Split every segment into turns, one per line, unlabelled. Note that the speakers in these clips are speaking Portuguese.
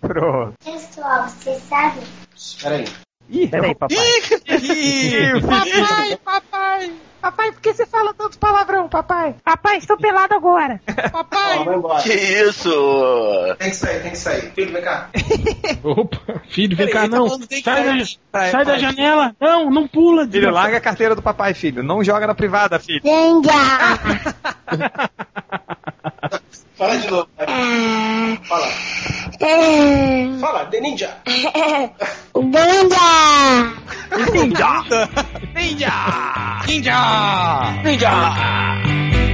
Pronto.
Pessoal, vocês sabem?
Peraí.
Ih, peraí, papai. Ih,
Papai, papai, papai, por que você fala tanto palavrão, papai? Papai, estou pelado agora.
Ó,
Papai,
vai embora.
Que isso?
Tem que sair, tem que sair. Filho, vem cá.
Opa, filho, vem cá,
Ele tá
não.
falando, tem que
Sai,
sair
da,
praia,
sai da
praia.
janela. Não, não pula.
filho, larga a carteira do papai, filho. Não joga na privada, filho.
Venga!
Fala de novo. vai. Fala.
É,
Fala, The Ninja.
Venga!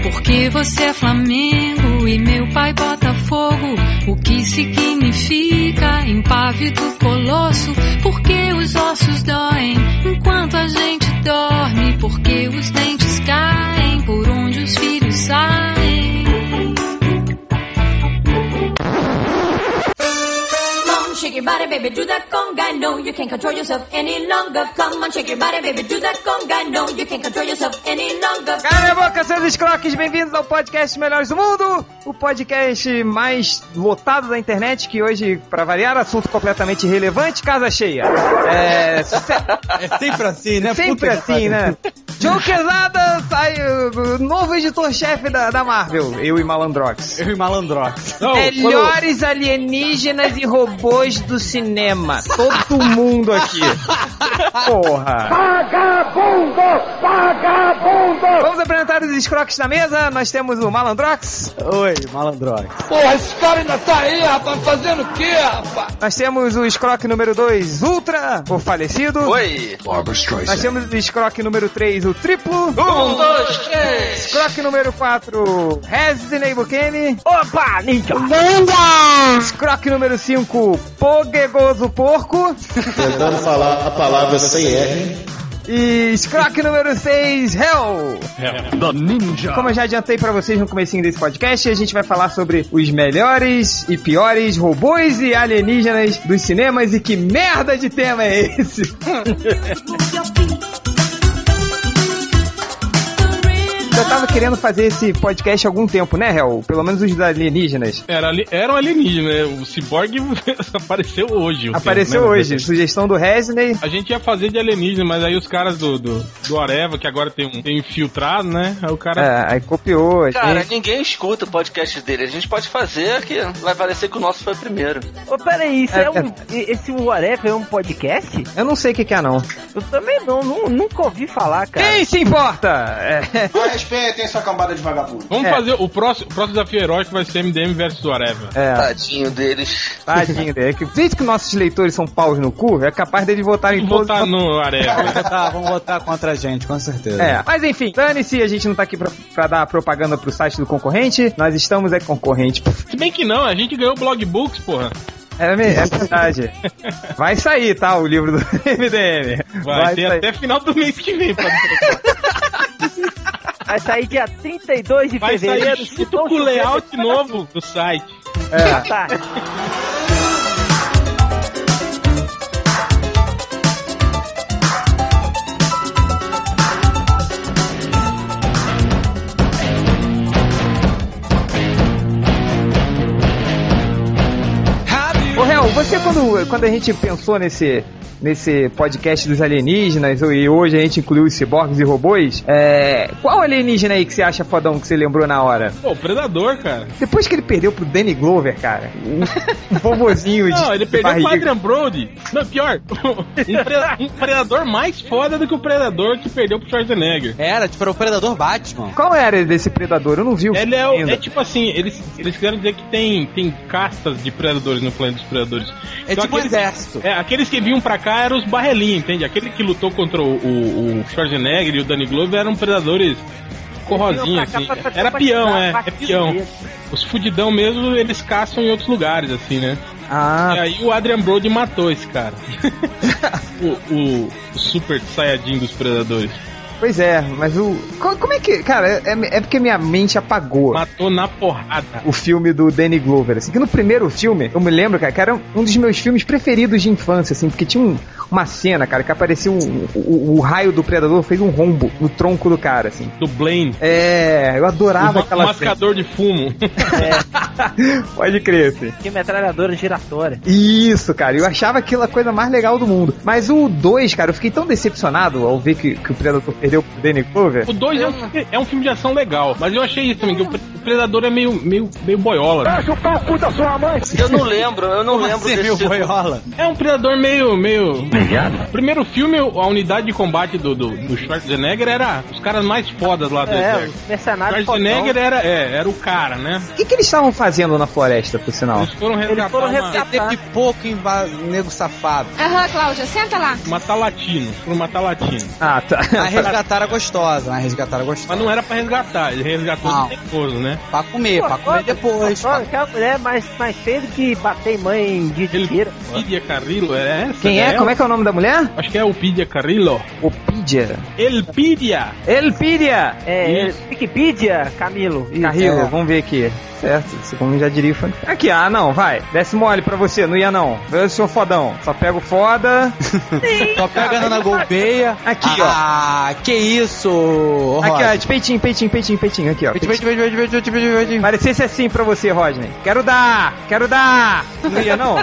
Porque você é Flamengo e meu pai Botafogo. O que significa impávido colosso? Porque os ossos doem enquanto a gente dorme. Porque os dentes caem por onde os filhos saem. Come on, shake your body, baby, do that conga. No, you can't control yourself any longer. Come on, shake your body, baby, do that conga. No, you can't control yourself any longer.
Cara, boca, seus escroques, bem-vindos ao podcast Melhores do Mundo, o podcast mais lotado da internet, que hoje, pra variar, assunto completamente irrelevante, casa cheia. É,
É sempre assim, né?
sempre
Puta que pariu.
assim, né? Joe Quesada sai o novo editor-chefe da, da Marvel, eu e Malandrox.
Eu e malandro.
Não, quando-
Melhores alienígenas e robôs do cinema. Todo mundo aqui. Porra.
vagabundo, vagabundo.
Vamos apresentar os escroques na mesa. Nós temos o Malandrox.
Oi, malandro.
tá Nós temos o escroque número 2, Ultra, o falecido.
Oi.
Nós temos o escroque número 3, o triplo. Um, dois, três. Escroque número 4, Resident Bukene.
Opa, ninja.
Venga!
Escroque número 5, Poguegoso Porco.
Tentando falar a palavra sem R.
E escroque número 6, Hell.
The Ninja.
Como eu já adiantei pra vocês no comecinho desse podcast, a gente vai falar sobre os melhores e piores robôs e alienígenas dos cinemas e que merda de tema é esse? Eu tava querendo fazer esse podcast há algum tempo, né, Hel? Pelo menos os dos alienígenas.
Era, ali- era um alienígena, né? O Cyborg apareceu hoje. o
Apareceu
tempo, né?
hoje, sugestão do Resney.
A gente ia fazer de alienígena, mas aí os caras do, do, do Areva, que agora tem um tem infiltrado, né? Aí o cara.
É, aí copiou. a
Cara,
gente.
ninguém escuta o podcast dele. A gente pode fazer que vai parecer que o nosso foi primeiro.
Ô, peraí, isso
É,
é, um. Esse Whatever é um podcast?
Eu não sei o que, que é, não.
Eu também não, nu- nunca ouvi falar, cara.
Quem se importa? É.
Mas respeitem sua cambada de vagabundo.
Vamos
é.
fazer o próximo, o próximo desafio heróico vai ser MDM versus o Areva.
é.
Tadinho deles.
Tadinho, é que do jeito que nossos leitores são paus no cu, é capaz deles votarem em
Vamos
todos.
voltar no Areva.
Tá, vamos votar contra a gente, com certeza.
É, mas enfim, dane-se, a gente não tá aqui pra, pra dar propaganda pro site do concorrente, nós estamos é concorrente.
Se bem que não, a gente ganhou o Blog Books, porra.
É, me- é verdade. Vai sair, tá, o livro do MDM.
Vai, ter
sair.
até final do mês que vem. Pra...
Vai sair dia 32 de
Vai sair
fevereiro.
junto com o layout novo do site.
É. Tá.
Ô, Real, você quando, quando a gente pensou nesse, nesse podcast dos alienígenas e hoje a gente incluiu os ciborgues e robôs, é, qual alienígena aí que você acha fodão que você lembrou na hora?
Pô, o Predador, cara.
Depois que ele perdeu pro Danny Glover, cara, um vovozinho de
Não, ele
de
perdeu o
barriga.
Adrian Brody. Não, pior, um, pre- um predador mais foda do que o predador que perdeu pro Schwarzenegger.
Era, tipo, era o Predador Batman.
Qual era desse predador? Eu não vi o
Ele é, o-
ainda.
é tipo assim, eles, eles quiseram dizer que tem, tem castas de predadores no planeta dos predadores.
É
Só
tipo um
aqueles-
exército.
É, aqueles que vinham pra cá eram os barrelinhos, entende? Aquele que lutou contra o, o, o Schwarzenegger e o Danny Glover eram predadores corrosinhos, assim.
tá
Era peão, é, é peão. Os fudidão mesmo, eles caçam em outros lugares, assim, né?
Ah,
E aí o Adrian Brody matou esse cara. o, o- o super saiyajin dos predadores.
pois é, mas o. co- Como é que. Cara, é, é porque minha mente apagou.
Matou na porrada.
O filme do Danny Glover, assim, que no primeiro filme, eu me lembro, cara, que era um dos meus filmes preferidos de infância, assim, porque tinha um- uma cena, cara, que apareceu um- o, o raio do predador, fez um rombo no tronco do cara, assim.
Do Blaine.
É, eu
O
adorava
ma-
aquela cena.
mascador de fumo.
Pode crer, assim. sim.
Que é metralhadora giratória.
Isso, cara. Eu achava aquilo a coisa mais legal do mundo. Mas o 2, cara, eu fiquei tão decepcionado ao ver que, que o Predator perdeu pro Danny Glover.
O 2 é, um, fi- é um filme de ação legal, mas eu achei isso também, que o Pre- o Predador é meio, meio, meio boiola. né?
Eu não lembro, eu não lembro
Você viu
desse.
boiola?
É um Predador meio. meio. Primeiro filme, a unidade de combate do, do, do Schwarzenegger era os caras mais fodas lá do
É,
exército.
os mercenários
Schwarzenegger era, é, era o cara, né?
O que, que eles estavam fazendo na floresta, por sinal?
Eles foram resgatar
foram
uma-
resgatar.
Teve pouco inva- nego safado.
Aham, Cláudia, senta lá.
matar latino, foram matar latino.
Ah, tá.
Mas resgataram a gostosa, mas resgataram a
Mas
gostosa.
não era pra resgatar, ele resgatou
Não.
o esposo, né?
Pra comer, pra comer depois.
Olha, que é a mulher mais, mais feia do que bater em mãe em dia de
Ele
feira.
Pidia Carrillo, é essa?
Quem é? Como é que é o nome da mulher?
Acho que é o Pidia Carrillo.
Opidia.
El Pidia!
Elpidia!
É,
Isso.
Wikipedia, Camilo. Isso.
Carrilo,
É.
vamos ver aqui. Certo, isso como já diria o funk. Aqui, ah, não, vai. Desce mole pra você, não ia não. Eu sou fodão. Só pego foda.
Só pega na golpeia.
Aqui, ó.
Ah, que isso, Rosa.
Aqui, ó, de peitinho, peitinho, peitinho, peitinho. Aqui, ó.
Vem, vem, vem, vem, vem, vem, vem, vem.
Parecesse assim pra você, Rodney. Quero dar! Quero dar! Não ia não?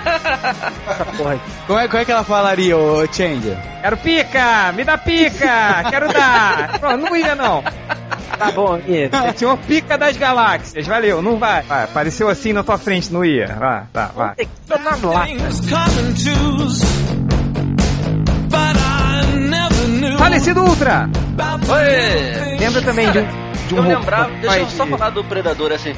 Como é, como é que ela falaria, ô Changer?
Quero pica! Me dá pica! Quero dar! Pronto, não ia não.
Tá bom, amigo.
É Senhor pica das galáxias, valeu, não vai. Vai, apareceu assim na tua frente, não ia. Vai, tá, vai.
Tem que tomar lá.
Falecido Ultra!
Oi!
Lembra também de um. De um
Eu
robô
lembrava, deixa eu
que
só
faz-
falar do Predador, assim,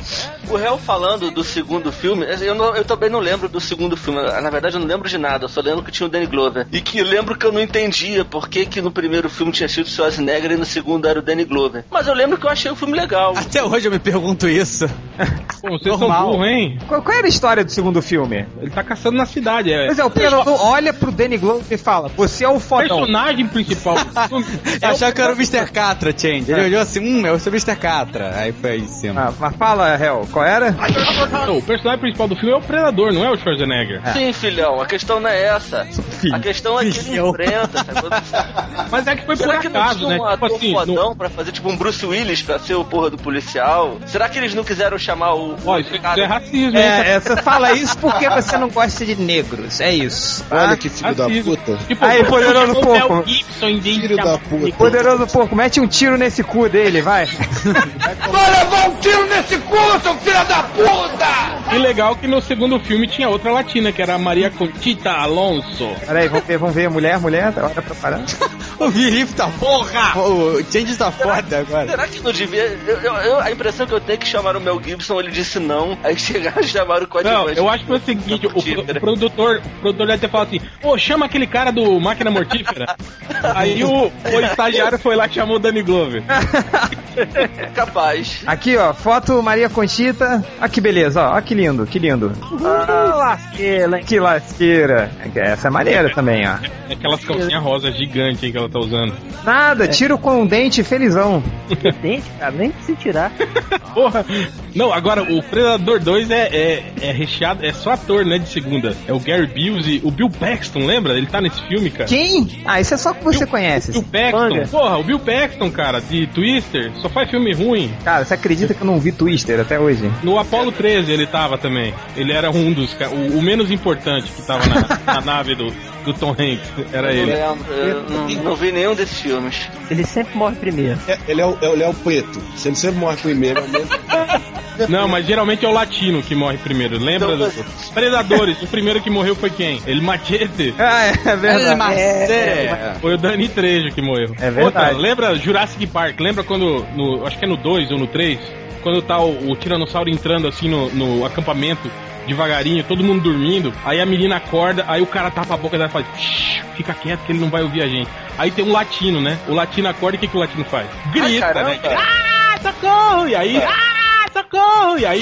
o réu falando do segundo filme, assim, eu, não- eu também não lembro do segundo filme, na verdade eu não lembro de nada, eu só lembro que tinha o Danny Glover, e que eu lembro que eu não entendia por que que no primeiro filme tinha sido o Schwarzenegger e no segundo era o Danny Glover, mas eu lembro que eu achei o filme legal.
Até hoje eu me pergunto isso.
Pô, vocês
Normal.
são burros, hein?
Qual, qual era a história do segundo filme?
Ele tá caçando na cidade, é.
Pois é, o Predador olha pro Danny Glover e fala: Você é o
O
fodão.
personagem principal do filme é
Eu
o-
achava que era o Mr. Catra, Change. Ele olhou assim, hum, eu sou o Mr. Catra. Aí foi aí em cima.
É. Ah, mas fala, Hel, qual era?
Não, o personagem principal do filme é o Predador, não é o Schwarzenegger.
Sim, filhão, a questão não é essa. A questão é que ele
Filhão.
enfrenta, sabe?
Mas é que foi por
Será que não
acaso,
tinha
né?
um
Tipo
ator
assim, no-
fodão pra fazer tipo um Bruce Willis pra ser o porra do policial? Será que eles não quiseram chamar o. o
ó, isso isso
cara-
é racismo, hein?
É, é, você fala isso porque você não gosta de negros, é isso.
Olha que filho da
Racismo.
puta.
Tipo,
Aí, poderoso
o
porco.
Mel Gibson em vez de
Filho
chamar-
da puta.
Poderoso porco, mete um tiro nesse cu dele, vai.
E legal que no segundo filme tinha outra latina, que era a Maria Conchita Alonso.
Peraí, vamos ver, vamos ver, mulher, mulher, tá, hora pra parar.
O Felipe tá porra! O Change tá foda agora.
Será que não devia. eu- eu- eu- a impressão que eu tenho é que chamaram o Mel Gibson, ele disse não. Aí chegaram e chamaram o coadjuvante.
Não, eu acho que foi o seguinte, o, pro-
Mortífera.
o produtor, o produtor deve ter falado assim, pô, chama aquele cara do Máquina Mortífera. Aí o, o estagiário foi lá e chamou o Danny Glover.
É Capaz.
Aqui, ó, foto Maria Conchita. Ó que beleza, ó, ó que lindo, que lindo.
Uh, lasqueira, hein?
Que lasqueira. Essa é maneira também, ó.
É Aquelas calcinhas rosa gigante hein, que ela tá usando.
Nada, tiro com um dente felizão.
Que dente, cara. Nem que se tirar.
Porra! Não, agora o Predador 2 é, é, é recheado, é só ator, né, de segunda. É o Gary Busey, o Bill Paxton, lembra? Ele tá nesse filme, cara.
Quem? Ah, isso é só que você conhece.
Bill Paxton,
Manga.
porra, o Bill Paxton, cara, de Twister, só faz filme ruim.
Cara, você acredita que eu não vi Twister até hoje?
No Apollo 13 ele tava também. Ele era um dos, ca- o, o menos importante que tava na, na nave do, do Tom Hanks. Era
Eu
ele.
não lembro, eu não, não vi nenhum desses filmes.
Ele sempre morre primeiro.
É, ele é o, é o Léo Preto. Você sempre morre primeiro. né?
Não, mas geralmente é o latino que morre primeiro. Lembra?
Então,
dos Predadores, o primeiro que morreu foi quem? Ele Machete.
Ah, é verdade.
É,
Foi o Dani Trejo que morreu.
É verdade.
Outra, lembra Jurassic Park? Lembra quando, no, acho que é no 2 ou no 3, quando tá o, o Tiranossauro entrando assim no, no acampamento, devagarinho, todo mundo dormindo, aí a menina acorda, aí o cara tapa a boca dela e faz, "Shh, fica quieto que ele não vai ouvir a gente. Aí tem um latino, né? O latino acorda e o que, que o latino faz? Grita,
caramba.
né? Ah, socorro! E aí, ah, socorro! E aí...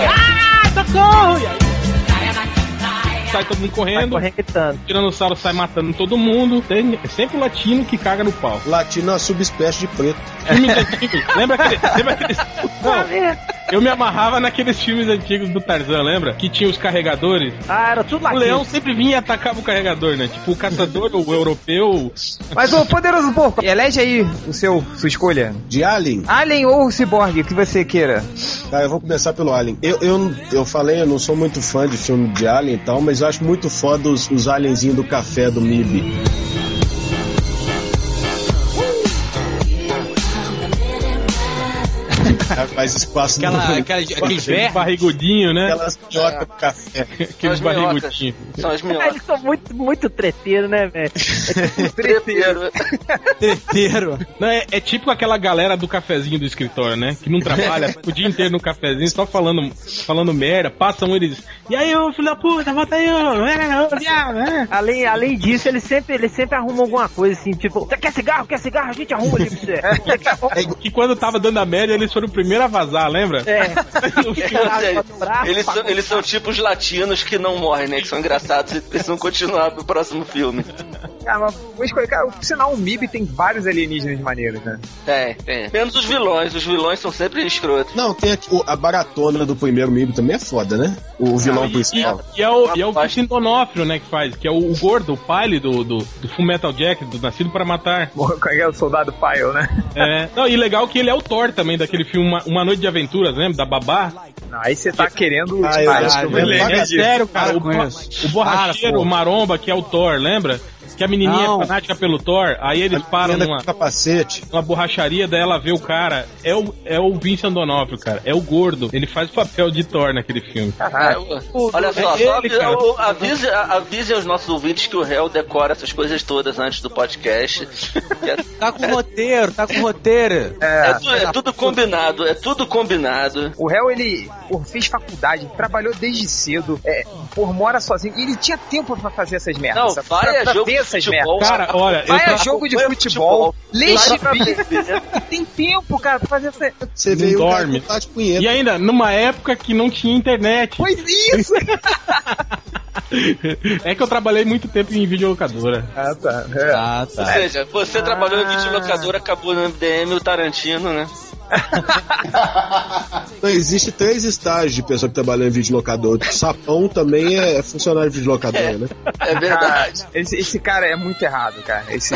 Ah, socorro! E aí... sai todo mundo correndo. Sai correndo gritando. O tiranossauro sai matando todo mundo. Tem, é sempre o latino que caga no pau.
Latino é uma subespécie de preto.
Filmes antigos. Lembra aquele. Lembra aquele...
é,
Não, eu me amarrava naqueles filmes antigos do Tarzan, lembra? Que tinha os carregadores.
Ah, era tudo
O
latino.
leão sempre vinha e atacava o carregador, né? Tipo, o caçador, o europeu.
Mas o poderoso porco, elege aí o seu, sua escolha.
De Alien?
Alien ou Cyborg, o que você queira.
Tá, eu vou começar pelo Alien. Eu, eu, eu falei, eu não sou muito fã de filme de Alien e tal, mas eu acho muito foda os, os alienzinhos do café do MIB. Faz espaço
Aquela-
no...
aquela- aqueles vermes. barrigudinho, né?
Aquelas minhocas do café.
Aqueles barrigudinhos.
São as minhocas.
É, Eles são muito, muito treteiros, né, velho?
Treteiro.
Treteiro. Não, é, é tipo aquela galera do cafezinho do escritório, né? Que não trabalha fica o dia inteiro no cafezinho, só falando, falando merda. Passam eles. E aí, ô filho da puta, volta aí, ô. É, ô, viado, é."
Além, além disso, ele sempre, ele sempre arruma alguma coisa assim, tipo, você quer cigarro? Quer cigarro? A gente arruma ali pra você. É. Você quer
Que quando tava dando a merda, eles foram o primeiro a vazar, lembra?
É.
Eles são, eles são tipo os latinos que não morrem, né? Que são engraçados e precisam continuar pro próximo filme.
Ah, mas vou escolher. Cara, por sinal, o MIB tem vários alienígenas maneiros, né?
Tem, tem. Menos os vilões. Os vilões são sempre escrotos.
Não, tem aqui, o- a baratona do primeiro MIB também é foda, né? O vilão
e,
principal.
e- e é o, e é o Christian Donofrio, né, que faz, que é o, o gordo, o Pile do, do, do Full Metal Jack, do Nascido para Matar.
Com aquele é soldado Pyle, né?
É. Não, e legal que ele é o Thor também, daquele filme Uma, Uma Noite de Aventuras, lembra? Da Babá.
Não, aí você tá querendo.
Ah, eu acho que eu vou
Ele
lembrar
é
disso.
sério, cara. O, bo-
conheço.
o borracheiro,
Para, pô.
o maromba, que é o Thor, lembra? Que a menininha
Não.
é fanática pelo Thor, aí eles param
Anda
numa,
com capacete.
numa borracharia, daí ela vê o cara. É o, é o Vincent Donofrio, cara. É o gordo. Ele faz o papel de Thor naquele filme.
É, o- Olha só,
é
só
ele,
avi-
cara.
o- avise, a- avisem os nossos ouvintes que o réu decora essas coisas todas antes do podcast. É,
Tá com roteiro, tá com roteiro.
é tu- é tudo combinado, é tudo combinado.
O réu, ele pô, fez faculdade, trabalhou desde cedo, é, pô, mora sozinho. E ele tinha tempo pra fazer essas merdas.
Não,
sabe?
vai
pra,
a
pra
jogo
ver
de
essas
futebol.
merdas.
Cara, olha, eu
Vai a
tava-
jogo de
acompanha
futebol, lê
Pra
gibi.
ver.
Tem tempo, cara, pra fazer essa.
Você
Não
vê o cara
dorme.
com tá de punheta.
E ainda, numa época que não tinha internet.
Pois isso!
É que eu trabalhei muito tempo em videolocadora.
ah, tá. É.
Ah,
Ou
tá.
seja, você trabalhou em videolocador, acabou no MDM, o Tarantino, né?
Não, existe três estágios de pessoa que trabalha em videolocador. Sapão também é funcionário de videolocador, né?
É verdade.
Esse, esse cara é muito errado, cara. Esse,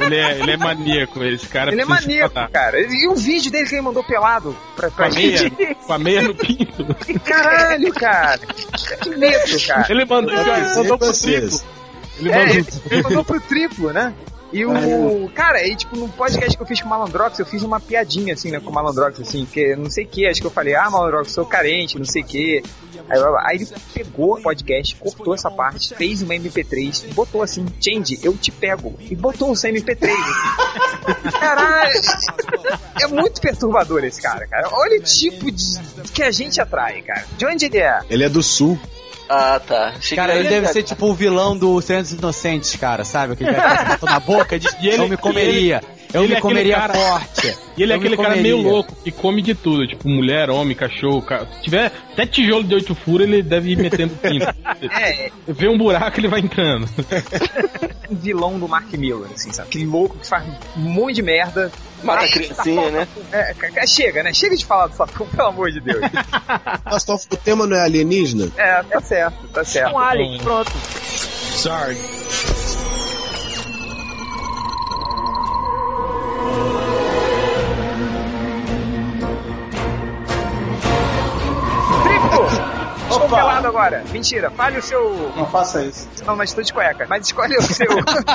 Ele é, ele é maníaco, esse cara
ele é
precisa se
maníaco,
tratar.
cara. E o vídeo dele que ele mandou pelado pra,
Com
pra
a, meia,
gente.
com a meia no pinto.
é.
Caralho, cara. Que medo, cara.
Ele mandou, ele mandou pro
vocês.
triplo. Ele
É,
mandou. É.
ele ele mandou pro triplo, né? E o. Cara, aí, tipo, num podcast que eu fiz com o Malandrox, eu fiz uma piadinha, assim, né, com o Malandrox, assim, que não sei o que, acho que eu falei, ah, Malandrox, sou carente, não sei o que. Aí, blá, blá. Aí ele pegou o podcast, cortou essa parte, fez uma MP3, botou assim, change, eu te pego. E botou um MP3. assim. Caralho! É muito perturbador esse cara, cara. Olha o tipo de que a gente atrai, cara. De onde ele é?
Ele é do sul.
Ah, tá. Achei
Cara,
que
ele deve ser tipo o vilão do Silêncio dos Inocentes, cara, sabe? Aquele cara que botou na boca e diz,
E ele-
eu me comeria. eu
ele
me
é aquele
comeria
cara-
forte.
E ele é
Eu me
aquele cara
comeria.
meio louco que come de tudo, tipo mulher, homem, cachorro, cara. Se tiver até tijolo de oito furos, ele deve ir metendo pinto.
É,
Vê um buraco, ele vai entrando.
um vilão do Mark Miller, assim, sabe? Aquele louco que faz um monte de merda.
Mata
Aí,
a criancinha, né?
É, ca- ca- chega, né? Chega de falar do Sapão, pelo amor de Deus.
Mas Toff, o tema não é alienígena?
É, tá certo, tá certo.
um alien, pronto.
Sorry.
Triplo! Estou
Opa!
pelado agora. Mentira, fale o seu.
Não faça isso.
Não, mas estou de cueca. Mas escolhe o seu.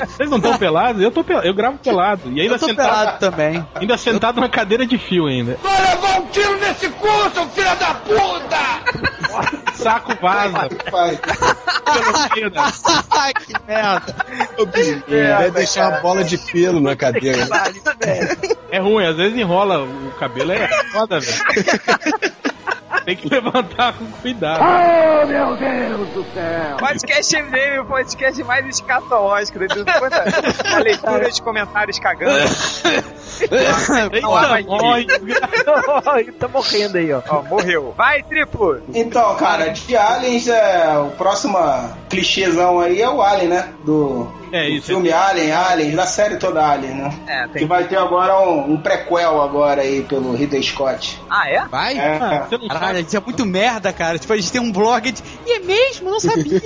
Vocês não estão pelados? Eu tô pelado, eu gravo pelado. E ainda
Eu tô
sentado,
pelado também.
ainda sentado na cadeira de fio ainda.
Vai levar um tiro nesse curso, filha da puta!
Saco
Ah,
vaza.
Vai.
pela esquerda.
Ai, que merda.
Ô, bicho, vai É, deixar uma bola de pelo na cadeira.
É ruim, às vezes enrola
Ah,
o cabelo, é foda, velho. Tem que levantar com cuidado.
Oh, meu Deus do céu!
Podcast MDM, o podcast mais escatológico. de tudo. Quanta- Uma Tá leitura de comentários cagando.
tá morrendo aí, ó.
morreu. Vai, triplo!
Então, cara, de Aliens, é, o próximo clichêzão aí é o Alien, né? Do,
é isso.
filme Alien, Alien, da série toda Alien, né?
É, tem
Que vai ter agora um, um prequel agora aí pelo Ridley Scott.
Ah, é?
Vai?
É,
Ah,
cara.
Caralho, a gente é muito merda, cara. Tipo, a gente tem um blog de... E é mesmo? Não sabia.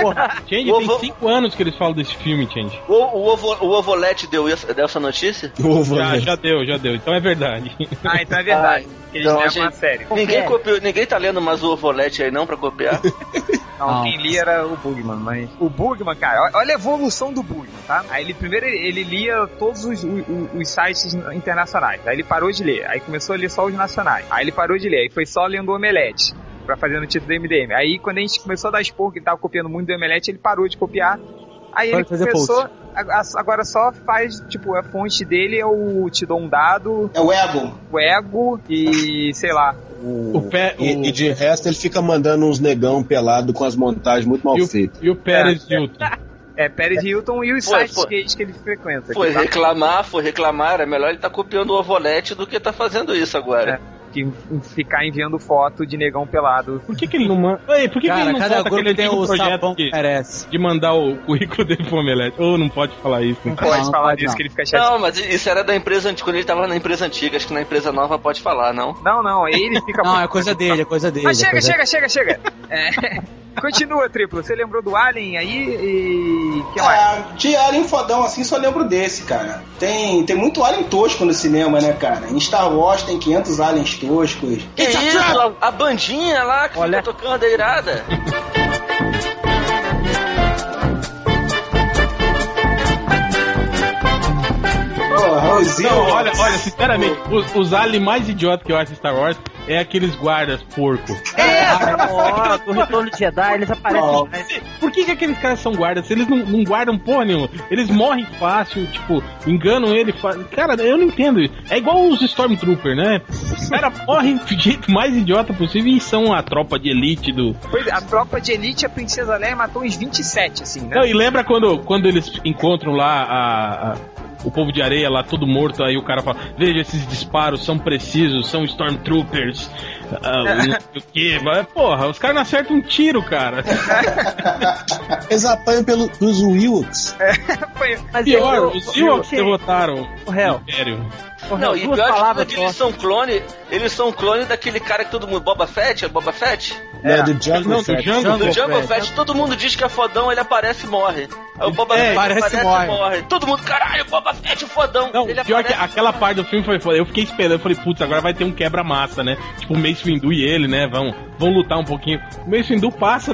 Porra, Change,
Ovo-
tem 5 anos que eles falam desse filme, Change.
O, o, ovo, o Ovolete deu, essa- deu essa notícia?
né?
Já, já deu, já deu. Então é verdade.
Ah, então é verdade. Eles
então,
levam
achei-
a sério.
Ninguém,
É.
copiou, ninguém tá lendo mais o Ovolete aí não pra copiar?
Não,
Não.
quem lia era o Bugman, mas. O Bugman, cara, ó- olha a evolução do Bugman, tá? Aí ele primeiro ele, ele lia todos os, o- o- os sites internacionais. Aí ele parou de ler. Aí começou a ler só os nacionais. Aí ele parou de ler. Aí foi só lendo o Omelete. Pra fazer notícia do MDM. Aí quando a gente começou a dar expor que ele tava copiando muito do Omelete, ele parou de copiar. Aí
Para
ele
de fazer
começou. a- a- Agora só faz, tipo, a fonte dele é o Te Dou um Dado,
É o Ego.
o Ego e sei lá.
O pé, o,
E, e de resto ele fica mandando uns negão pelado com as montagens muito mal
e
feitas.
o, e o Pérez Hilton.
É, Pérez Hilton e os
Foi,
sites
foi.
que- que ele frequenta.
Foi
que tá-
reclamar, foi reclamar. É melhor ele tá copiando o Ovolete do que tá fazendo isso agora.
que ficar enviando foto de negão pelado.
Por que, que ele não manda? Ei, por que, que
Cara,
ele não
cada
solta
grupo
aquele
tem
antigo
o
projeto
sapão
que-
que merece.
de mandar o currículo dele pro Omelete? Ou não pode falar isso? né?
Não pode
não
falar
pode
disso
não.
que ele fica chateado.
Não, mas isso era da empresa antiga, quando ele tava na empresa antiga, acho que na empresa nova pode falar, não?
Não, não, ele fica.
Não, é coisa dele, é coisa dele.
Mas
é
chega,
coisa
chega, chega, chega. É. Continua, triplo. Você lembrou do Alien aí e. que mais?
É, de Alien fodão assim, só lembro desse, cara. Tem, tem muito Alien tosco no cinema, né, cara? Em Star Wars tem 500 Aliens toscos.
Que isso? A, a bandinha lá que
Olha.
fica tocando a irada.
Porra, os
Não,
Ewoks.
olha, olha, sinceramente, os, os aliens mais idiotas que eu acho em Star Wars é aqueles guardas porco.
Ó, do É. Retorno de Jedi, eles aparecem
Ó.
mais.
Por que, que aqueles caras são guardas? Se Eles não, não guardam porra nenhuma. Eles morrem fácil, tipo, enganam ele. fa- Cara, eu não entendo isso. É igual os Stormtrooper, né? Os caras morrem do jeito mais idiota possível e são a tropa de elite do.
Pois é, a tropa de elite, a Princesa Leia matou uns 27, assim, né?
Não, e lembra quando, quando eles encontram lá a- a- o povo de areia lá todo morto, aí o cara fala, veja, esses disparos são precisos, são Stormtroopers, ah, não sei o quê, mas porra, os caras não acertam um tiro, cara.
Eles apanham pelo, pelos Wilks. né,
Foi-
Mas
Pior,
eu-
os
eu-
Ewoks derrotaram o
O réu,
Império.
o réu,
Não, e
duas
pior de tudo é
palavras
que
só.
eles são clone, eles são clone daquele cara que todo mundo. Boba Fett? É Boba Fett?
Né, do Jungle
Não, do
Fett.
Jungle.
Do
Boba
Jungle
Fett.
Fett, todo mundo diz que é fodão, ele aparece e morre. Aí o Boba
É,
Fett
aparece e
aparece e morre.
morre.
Todo mundo, caralho, Boba Fett é fodão.
Não,
ele
pior que
aparece...
aquela parte do filme foi foda. Eu fiquei esperando, eu falei, putz, agora vai ter um quebra-massa, né? Tipo, o Mace Windu e ele, né? Vão, vão lutar um pouquinho. O Mace Windu passa,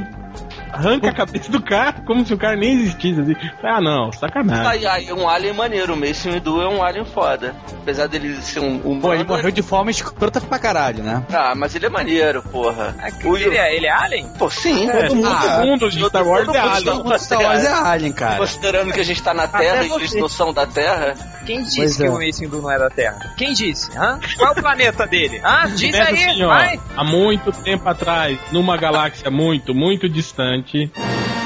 arranca a cabeça do cara, como se o cara nem existisse. Assim. Ah, não, sacanagem.
Ai, ai, é um alien maneiro, o Mace Windu é um alien foda. Apesar dele ser um, um
dele. Pô, ele
humano,
morreu de forma escrota pra caralho, né?
Ah, mas ele é maneiro, porra.
Ah, que-
O-
Ele, é, ele é Alien?
Pô, sim.
É, todo
ah,
mundo de Star Wars
todo
é
mundo
alien.
Não,
Todo mundo Star Wars é alien, cara.
Considerando que a gente tá na Terra e que eles não são da Terra.
Quem disse
Pois
que
é.
o Mace Windu não é da Terra? Quem disse? Hã? Qual é o planeta dele? Hã? Diz
Começa
aí,
assim, ó,
vai.
há muito tempo atrás, numa galáxia muito, muito distante.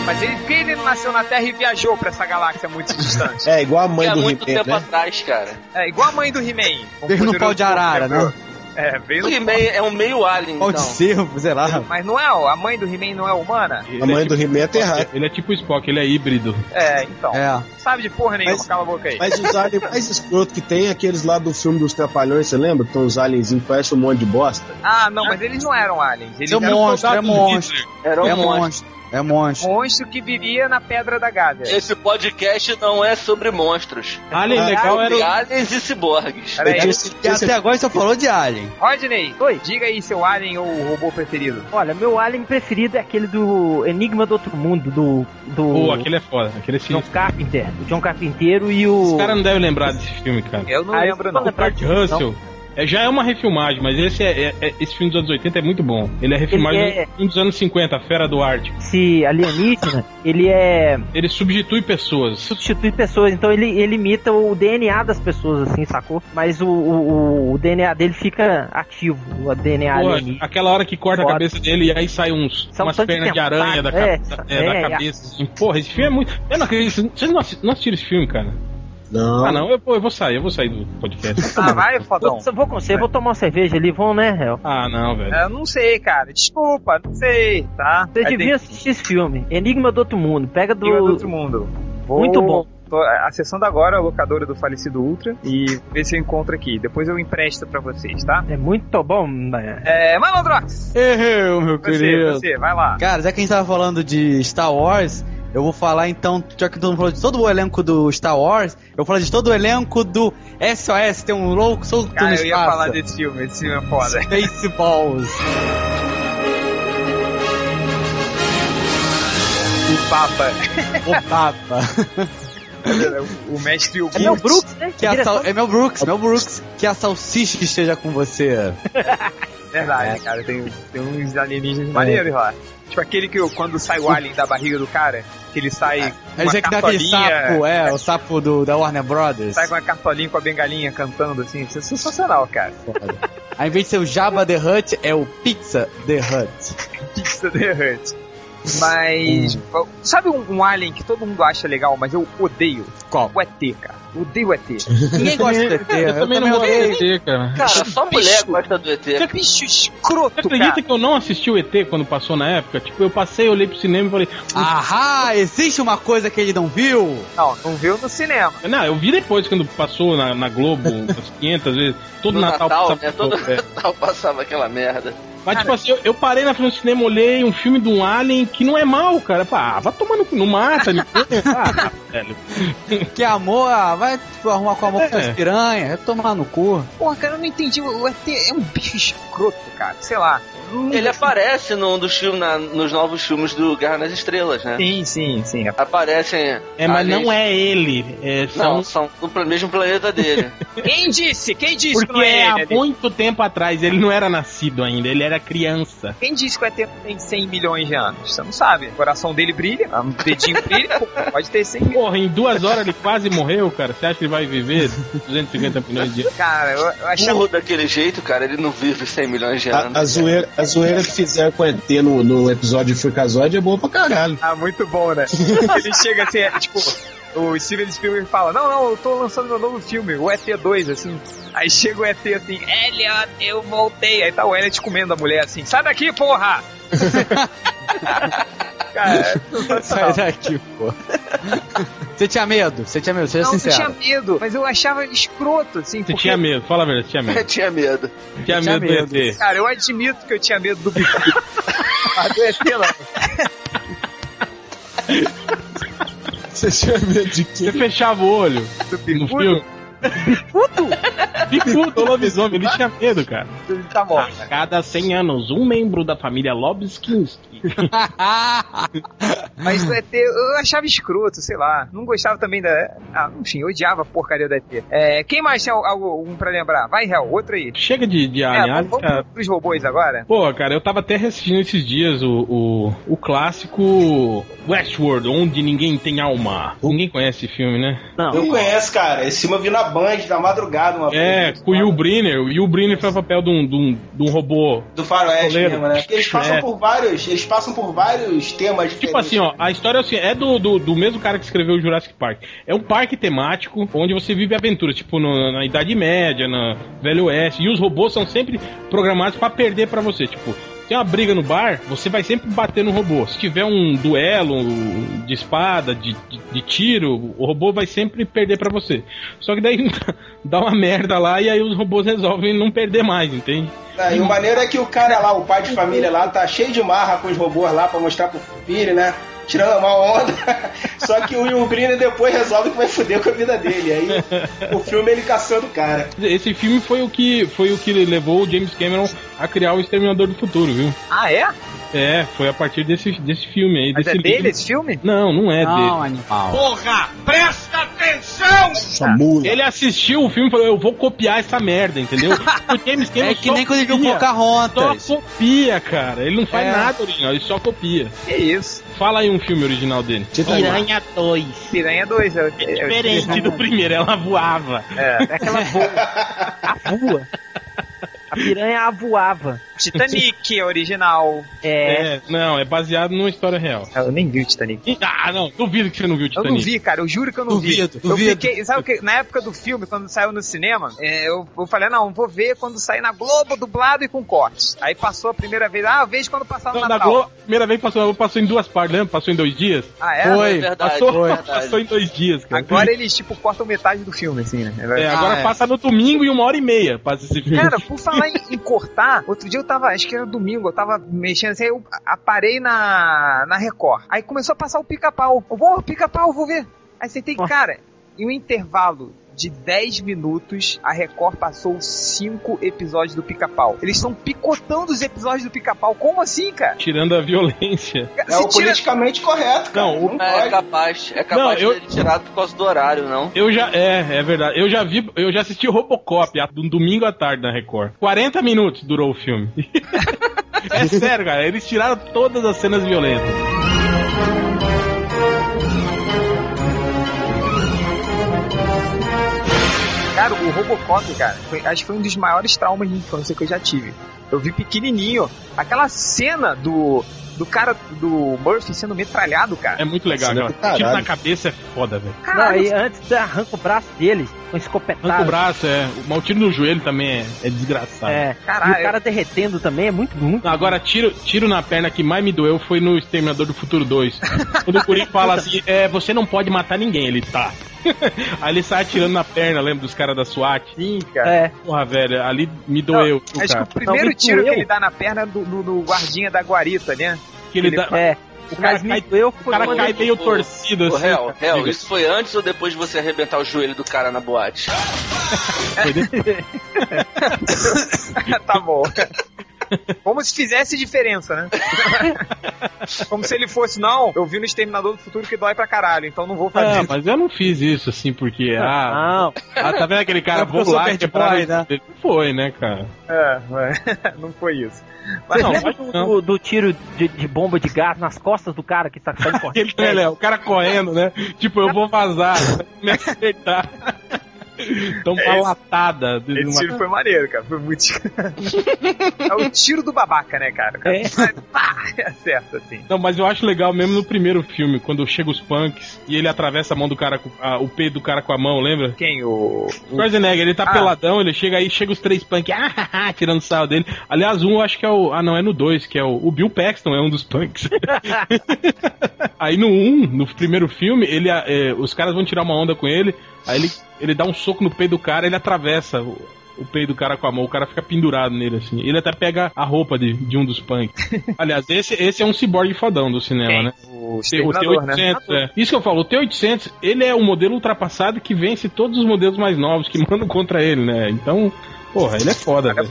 Mas ele, por que ele não nasceu na Terra e viajou pra essa galáxia muito distante?
É, igual a mãe
há
do
muito
He-Man,
tempo assim,
né?
atrás, cara.
É igual a mãe do He-Man.
Veio no pau de arara, né?
É, veio
O
no
He-Man é um meio alien,
Pau de
então.
cervo, sei lá.
Mas não é, ó, a mãe do He-Man não é humana?
Ele
A mãe do
é
He-Man é
tipo,
terráquea.
Ele é tipo Spock, ele é híbrido.
É, então.
É.
Sabe de porra nenhuma,
Mas-
cala a boca aí.
Mas os aliens mais escroto que tem é aqueles lá do filme dos Trapalhões, você lembra? Que tem uns aliens que parecem um monte de bosta.
Ah, não, mas eles não eram aliens. Eles
É um
eram
monstro, é monstro.
Era
É
um monstro.
monstro. É monstro.
monstro que viria na Pedra da Gávea.
Esse podcast não é sobre monstros.
Ah,
Alien
é
legal era
Sobre
o
aliens e ciborgues.
Peraí.
Eu
É,
tinha
E
certeza
até agora só falou de alien.
Rodney,
Oi.
diga aí seu alien ou robô preferido.
Olha, meu alien preferido é aquele do Enigma do Outro Mundo, do. do
Pô, aquele é foda, aquele é
John
sinistro.
Carpenter. O John Carpinteiro e o.
Os caras não devem lembrar desse filme, cara.
Eu não
Ah,
lembro,
isso
não.
não é
Kurt Russell É, já é uma refilmagem, mas esse, é, é- é- esse filme dos anos 80 é muito bom. Ele é refilmagem
Ele é-
de um dos anos 50, a Fera do Ártico.
Esse alienígena, ele é.
Ele substitui pessoas.
Substitui pessoas, então ele, ele imita o DNA das pessoas, assim, sacou? Mas o, o, o- o DNA dele fica ativo, o DNA
Pô,
alienígena.
aquela hora que corta a
Corta.
cabeça dele e aí sai uns
São
umas
tanto de
pernas de,
tentáculo,
aranha da, ca-
é,
da-
é,
da
é.
cabeça. assim. Porra, esse filme é muito. Eu não acredito. Vocês não assi- não assistiram esse filme, cara?
Não.
Ah, não, eu, pô, eu vou sair, eu vou sair do podcast.
Ah, vai, fodão.
Vou, vou com você, vou tomar uma cerveja ali, vão, né, Réu?
Ah, não, velho.
Eu não sei, cara. Desculpa, não sei, tá?
Você
Vai ter
devia assistir esse filme, Enigma do Outro Mundo. Pega do.
Enigma do Outro Mundo. Vou-
Muito bom.
Tô acessando agora a locadora do falecido Ultra e ver se eu encontro aqui. Depois eu empresto pra vocês, tá?
É muito bom, né?
É, Malandrox!
Eu, meu
é, Você,
querido.
você, vai lá.
Cara, já que a gente tava falando de Star Wars, eu vou falar então, já que todo mundo falou de todo o elenco do Star Wars, eu vou falar de todo o elenco do SOS, tem um louco solto no
Cara, Ah, eu
espaço.
ia falar desse filme, esse filme é foda.
Spaceballs.
O Papa.
O Papa.
o, o mestre o
É Mel Brooks, né? Que a sal... É Mel Brooks, Mel Brooks. Que é a salsicha esteja com você. É.
Verdade, cara. Tem, tem uns alienígenas maneiros lá. Tipo aquele que quando sai o alien da barriga do cara, que ele sai com
É
uma
dizer que dá aquele sapo,
cartolinha. tipo
é, o sapo do, da Warner Brothers.
Sai com uma cartolinha com a bengalinha cantando assim. Isso é sensacional, cara.
Ao invés de ser o Jabba the Hutt, é o Pizza the Hutt. Hum.
Pizza The Hutt. Mas. Sabe um, um alien que todo mundo acha legal, mas eu odeio?
Qual?
O ET, cara. Odeio o ET.
Ninguém gosta do ET.
Eu também não gosto do ET, cara.
Cara,
só mulher gosta do ET.
Que bicho escroto,
Você acredita
cara.
que eu não assisti o ET quando passou na época? Tipo, eu passei, olhei pro cinema e falei.
Ahá, existe uma coisa que ele não viu?
Não, não viu no cinema.
Não, eu vi depois quando passou na, na Globo, umas 500 vezes. Todo
No
Natal,
Natal,
passava.
né? Todo
É.
Natal passava aquela merda.
Mas, tipo assim, eu, eu parei na frente do cinema, olhei um filme de um Alien que não é mal, cara. Pá, ah, vai tomando. Não mata, me ah, velho.
Que amor, ah, vai tipo, arrumar com amor com as piranhas, é tomar no cu.
Porra, cara, eu não entendi. O ET é um bicho escroto, cara. Sei lá.
Ele aparece num dos filmes, na- nos novos filmes do Guerra nas Estrelas, né?
Sim, sim, sim.
Aparecem.
É, mas não é ele. É, são-
Não, são do pla- mesmo planeta dele.
Quem disse? Quem disse que não
Porque
é ele?
há
ali?
muito tempo atrás ele não era nascido ainda, ele era criança.
Quem disse que o ET tem 100 milhões de anos? Você não sabe. O coração dele brilha, o dedinho brilha, pô, pode ter 100 milhões.
Porra, em duas horas ele quase morreu, cara. Você acha que ele vai viver 250 milhões de anos?
Cara, eu, eu achava.
Burro daquele jeito, cara, ele não vive 100 milhões de anos.
A, a zoeira, a zoeira que fizeram com o ET no, no episódio de Fricazóide é boa pra caralho.
Ah, muito bom, né? Ele chega assim, é, tipo, o Steven Spielberg fala: Não, não, eu tô lançando meu novo filme, o ET2, assim. Aí chega o ET assim: Elliot, eu voltei. Aí tá o Elliot comendo a mulher assim: Sai daqui, porra! Cara, é sensacional.
Sai daqui, pô. tipo. Você tinha medo, você tinha medo,
é
seja
Não, eu
sincero.
tinha medo, mas eu achava escroto, assim.
Você tinha medo, fala a verdade, tinha medo.
Tinha medo.
Tinha medo do ET.
Cara, eu admito que eu tinha medo do bico. mas do ET não.
Você tinha medo de
Você
quê?
fechava o olho
Do
no
bico,
filme. Bicudo? Bicudo, lobisomem, ele tinha medo, cara.
tá bom.
A cada 100 anos, um membro da família Lobskinski.
Mas
Uhum.
do ET eu achava escroto, sei lá. Não gostava também da. Ah, enfim, eu odiava a porcaria do ET. É, quem mais tem algo, algum pra lembrar? Vai, Hel, outro aí.
Chega de, de alien,
é,
alien,
vamos
cara.
pro- pros robôs agora?
Pô, cara, eu tava até assistindo esses dias o, o, o clássico Westworld, onde ninguém tem alma. Ninguém conhece esse filme, né?
Não.
Eu conheço, cara. Esse filme eu vi na Band, na madrugada, uma
É,
vez.
com o Will Brenner. O Will Brenner faz o papel de um, de um, de um robô.
Do faroeste
Goleiro.
mesmo, né? Porque eles passam
É.
por vários. Eles passam por vários temas
Tipo assim, ó, a história é, assim, é do, do, do mesmo cara que escreveu o Jurassic Park. É um parque temático onde você vive aventuras, tipo no- na Idade Média, na Velho Oeste. E os robôs são sempre programados pra perder pra você. Tipo, tem uma briga no bar, você vai sempre bater no robô. Se tiver um duelo um, de espada, de, de, de tiro, o robô vai sempre perder pra você. Só que daí dá uma merda lá e aí os robôs resolvem não perder mais, entende?
Ah, e o maneiro é que o cara lá, o pai de família lá, tá cheio de marra com os robôs lá pra mostrar pro filho, né? Tirando uma onda. Só que o Will Green depois resolve que vai foder com a vida dele. Aí o filme é ele caçando o cara.
Esse filme foi o que foi o que levou o James Cameron a criar o Exterminador do Futuro, viu?
Ah, é?
É, foi a partir desse, desse filme aí.
Mas
desse
é dele
livro.
esse filme?
Não, não é
Não,
dele.
animal.
Porra, presta atenção! Atenção!
Ele assistiu o filme e falou: Eu vou copiar essa merda, entendeu? O James Cameron
É que
só
nem quando ele viu
copia,
Pocahontas.
Só copia, cara. Ele não faz
É.
nada original, ele só copia.
Que isso?
Fala aí um filme original dele.
tipo,
é
Piranha
2.
Piranha 2. É, é- é-
Diferente do primeiro, ela voava.
É.
Aquela voa. A voa. A piranha voava.
Titanic, original.
É.
Não, é baseado numa história real.
Eu nem vi o Titanic.
Ah, não, duvido que você não viu o
Eu
Titanic.
não vi, cara, eu juro que eu não
Duvido,
vi. Eu
duvido.
fiquei, sabe o que? Na época do filme, quando saiu no cinema, é, eu, eu falei, não, vou ver quando sair na Globo, dublado e com cortes. Aí passou a primeira vez, ah, eu vejo quando passar no
Não, da
Natal.
Globo, primeira vez passou, passou em duas partes, lembra? Passou em dois dias?
Ah, é?
Foi,
É verdade,
passou,
é verdade.
passou em dois dias, cara.
Agora eles, tipo, cortam metade do filme, assim, né?
É, agora
Ah, é.
passa no domingo e uma hora e meia passa esse filme.
Cara, por falar em, em cortar, outro dia eu tava, acho que era domingo, eu tava mexendo assim, aí eu aparei na, na Record. Aí começou a passar o pica-pau. Eu vou, pica-pau, vou ver. Aí sentei, cara, em um intervalo de 10 minutos, a Record passou 5 episódios do pica-pau. Eles estão picotando os episódios do pica-pau. Como assim, cara?
Tirando a violência.
É o politicamente
correto,
cara. Não, o-
É capaz, é
Não,
capaz
eu-
de ter tirado por causa do horário, não?
Eu já. É, é verdade. Eu já vi. Eu já assisti Robocop a- um domingo à tarde na Record. 40 minutos durou o filme. é sério, cara. Eles tiraram todas as cenas violentas.
Cara, o Robocop, cara, foi- acho que foi um dos maiores traumas de infância que eu já tive. Eu vi pequenininho aquela cena do, do cara do Murphy sendo metralhado, cara.
É muito legal,
Cena do
cara. Tiro na
caralho.
cabeça é foda, velho.
Não, e antes arranca o braço dele com escopetada.
Arranca o braço, é. O mal tiro no joelho também é, é desgraçado.
É. E o cara derretendo também é muito, muito.
Agora, tiro, tiro na perna que mais me doeu foi no Exterminador do Futuro 2. Quando o Coringa fala assim, é, você não pode matar ninguém, ele tá. Aí ele sai atirando na perna, lembra dos caras da SWAT?
Sim, cara.
É.
Porra, velho, ali me doeu. viu,
Acho que
cara?
o primeiro tiro que ele dá na perna é do, do- do guardinha da guarita, né?
Que ele dá-
É.
O cara cai,
eu,
o cara cai meio torcido
Ô,
assim.
réu,
cara.
réu,
Diga.
isso foi antes ou depois de você arrebentar o joelho do cara na boate?
tá bom. Como se fizesse diferença, né? Como se ele fosse, não, eu vi no Exterminador do Futuro que dói pra caralho, então não vou fazer.
Ah,
É,
mas eu não fiz isso assim porque. Ah, ah tá vendo aquele cara?
É porque eu
Vou
sou
lá
bad
quebrar.
boy,
o- Não Foi, né, cara?
É, mas- não foi isso. Mas
Mas não,
não,
lembra
mas
do, do- do tiro de, de bomba de gás nas costas do cara que tá saindo correndo?
É, Léo, o cara correndo, né? Tipo, eu vou vazar, me acertar. Tão
É
pra
isso.
latada.
Esse tiro foi maneiro, cara. Foi muito. é o tiro do babaca, né, cara? O
É.
cara vai, pá, e acerta, assim.
Não, mas eu acho legal mesmo no primeiro filme, quando chega os punks e ele atravessa a mão do cara, com- a- o peito do cara com a mão, lembra?
Quem? O.
Schwarzenegger, ele tá
Ah.
peladão, ele chega aí, chega os três punks, ah, ah, ah, tirando sarro dele. Aliás, um eu acho que é o. Ah, não, é no dois, que é o. O Bill Paxton é um dos punks. aí no um, no primeiro filme, ele, é, os caras vão tirar uma onda com ele, aí ele, ele dá um soco no peito do cara, ele atravessa. O, o peito do cara com a mão, o cara fica pendurado nele assim. Ele até pega a roupa de, de um dos punks. Aliás, esse, esse é um ciborgue fodão do cinema, né?
O
T800,
né?
é. Isso que eu falo, o T800, ele é o modelo ultrapassado que vence todos os modelos mais novos que mandam contra ele, né? Então, porra, ele é foda. velho.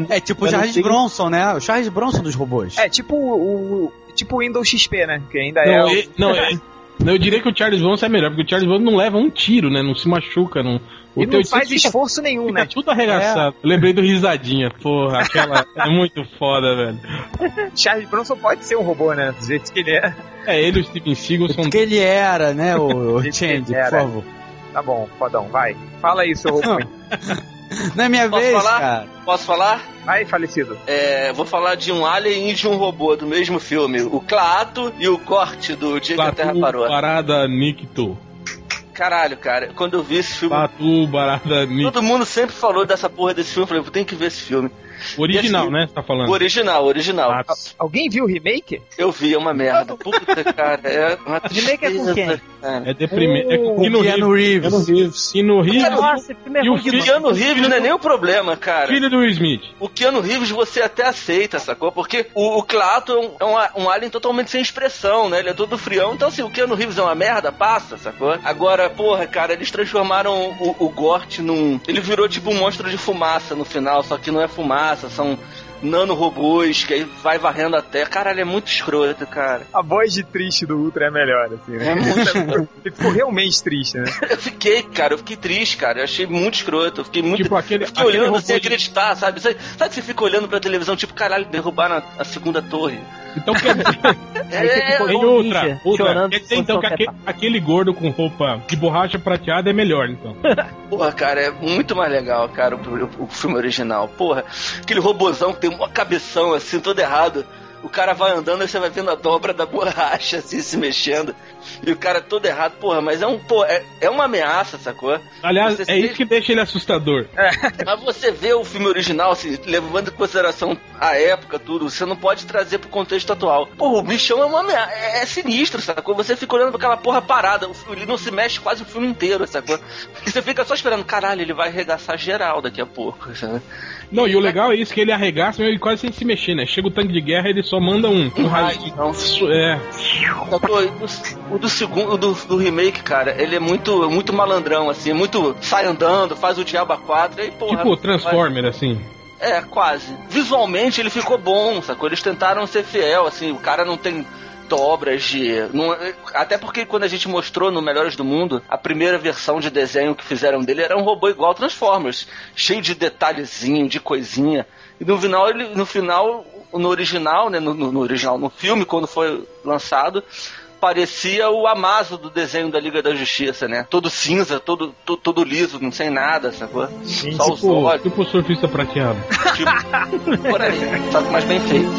né?
É tipo o Charles Bronson, né? O Charles Bronson dos robôs.
É tipo o. o- Tipo o Windows XP, né? Que ainda é.
Não,
o-
e- não, e- não, eu diria que o Charles Bronson é melhor, porque o Charles Bronson não leva um tiro, né? Não se machuca, não. O
E não
T800
faz
fica-
esforço nenhum,
Fica
né?
tudo arregaçado. Lembrei do Risadinha, porra, aquela é muito foda, velho.
Charles Bronson pode ser um robô, né? Do jeito que ele é.
É, ele e o Steven Seagal são...
Porque ele era, né, o, o
Ele
Change, por
era.
favor.
Tá bom, fodão, vai. Fala aí, seu robô.
Não é minha
Posso
vez,
falar?
cara.
Posso falar?
Vai, falecido.
É, vou falar de um alien e de um robô do mesmo filme. O Claato e o Corte do Dia que a Terra
Batu,
Parou.
Barada, Nicto.
Caralho, cara, quando eu vi esse filme...
Batu, Barada, Nicto.
Todo mundo sempre falou dessa porra desse filme. Eu falei, eu tenho que ver esse filme.
Original,
Esse-
né? Você tá falando?
O original, o original.
Alguém viu o remake?
Eu vi, é uma merda. Puta, cara, é uma
Remake é com
tristeza,
quem?
cara.
É deprimente. É
Com
com Keanu
Keanu
Reeves.
Reeves.
Keanu Reeves.
Nossa, esse filme é
E o
ruim demais.
Keanu Reeves não é nem o problema, cara.
Filho do Will Smith.
O Keanu Reeves você até aceita, sacou? Porque o, o Clato é, um, é um a- um alien totalmente sem expressão, né? Ele é todo frião. Então, assim, o Keanu Reeves é uma merda, passa, sacou? Agora, porra, cara, eles transformaram o, o Gort num. Ele virou tipo um monstro de fumaça no final, só que não é fumaça, são. nanorobôs, que aí vai varrendo a terra. Caralho, é muito escroto, cara.
A voz de triste do Ultra é melhor, assim, né?
É muito.
Ele ficou realmente triste, né?
Eu fiquei, cara, eu fiquei triste, cara. Eu achei muito escroto. Eu fiquei muito.
Tipo, aquele-
eu fiquei
aquele
olhando assim,
robô
sem
de-
acreditar, sabe? Sabe sabe que você fica olhando pra televisão, tipo, caralho, derrubaram a, a segunda torre.
Então quer dizer.
É, é,
Tem outra, outra. Quer dizer, então, que aque- aquele, gordo com roupa de borracha prateada é melhor, então.
Porra, cara, é muito mais legal, cara, o, o filme original. Porra, aquele robozão que tem uma cabeção assim, todo errado. O cara vai andando e você vai vendo a dobra da borracha assim se mexendo. E o cara todo errado, porra, mas é um pô, é, é uma ameaça, sacou?
Aliás,
Você
é isso que deixa ele assustador.
Mas você vê o filme original, assim, levando em consideração a época, tudo, você não pode trazer pro contexto atual. Porra, o bichão é uma amea- é, é sinistro, sacou? Você fica olhando pra aquela porra parada, o fi- ele não se mexe quase o filme inteiro, sacou? E você fica só esperando, caralho, ele vai arregaçar geral daqui a pouco, sabe?
Não, e o legal é isso, que ele arregaça meio que quase sem se mexer, né? Chega o tanque de guerra ele só manda um, um raio. É.
Sacou? E o- O do segundo, o do, do remake, cara, ele é muito, muito malandrão, assim, muito sai andando, faz o diabo a quatro, e porra.
Tipo Transformer, assim.
É, quase. Visualmente ele ficou bom, sacou? Eles tentaram ser fiel, assim, o cara não tem dobras de. não- até porque quando a gente mostrou no Melhores do Mundo, a primeira versão de desenho que fizeram dele era um robô igual ao Transformers, cheio de detalhezinho, de coisinha. E no final, ele, no final, no original, né? No, no- no original, no filme, quando foi lançado, parecia o Amazo do desenho da Liga da Justiça, né? Todo cinza, todo, to- todo liso, não sem nada, sacou? Só os
Tipo,
olhos.
tipo surfista prateado.
Tipo, por aí, só que mais bem feito.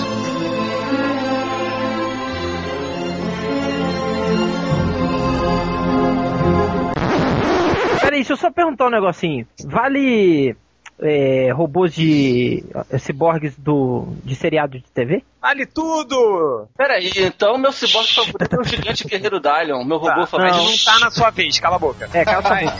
Peraí, deixa eu só perguntar um negocinho. Vale é, robôs de. é, ciborgues do, de seriado de TV?
Vale tudo!
Peraí, então meu cyborg favorito é o gigante guerreiro Dalion, meu robô
Tá,
favorito.
mas não tá na sua vez, cala a boca.
É, cala a sua
Vai.
boca.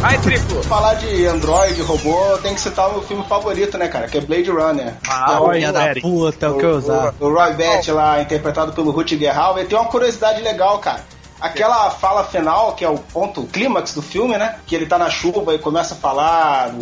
Vai, Triplo!
Falar de Android, robô, tem que citar o meu filme favorito, né, cara? Que é Blade Runner. Então,
Ah, olha da
É
puta, é o que eu usava.
O, o Roy Batty lá, interpretado pelo Rutger Hauer, tem uma curiosidade legal, cara. Aquela fala final, que é o ponto, o clímax do filme, né? Que ele tá na chuva e começa a falar,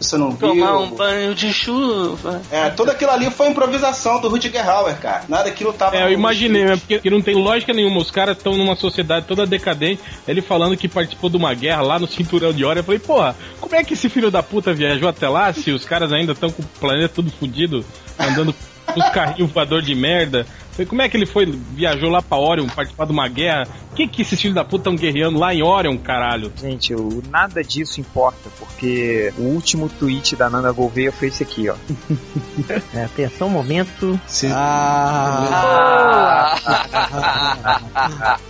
você não viu.
Tomar um banho de chuva.
É, tudo aquilo ali foi improvisação do Rutger Hauer, cara. Nada aquilo tava...
É, eu imaginei, né? Porque não tem lógica nenhuma. Os caras estão numa sociedade toda decadente. Ele falando que participou de uma guerra lá no cinturão de hora. Eu falei, porra, como é que esse filho da puta viajou até lá se os caras ainda estão com o planeta tudo fudido, andando com os carrinhos voador de merda? Eu Falei, como é que ele foi, viajou lá pra Orion participar de uma guerra? O que que esses filhos da puta estão guerreando lá em Orion, caralho?
Gente, o nada disso importa, porque o último tweet da Nanda Gouveia foi esse aqui, ó.
É, atenção, momento.
Ah.
é.
Ah,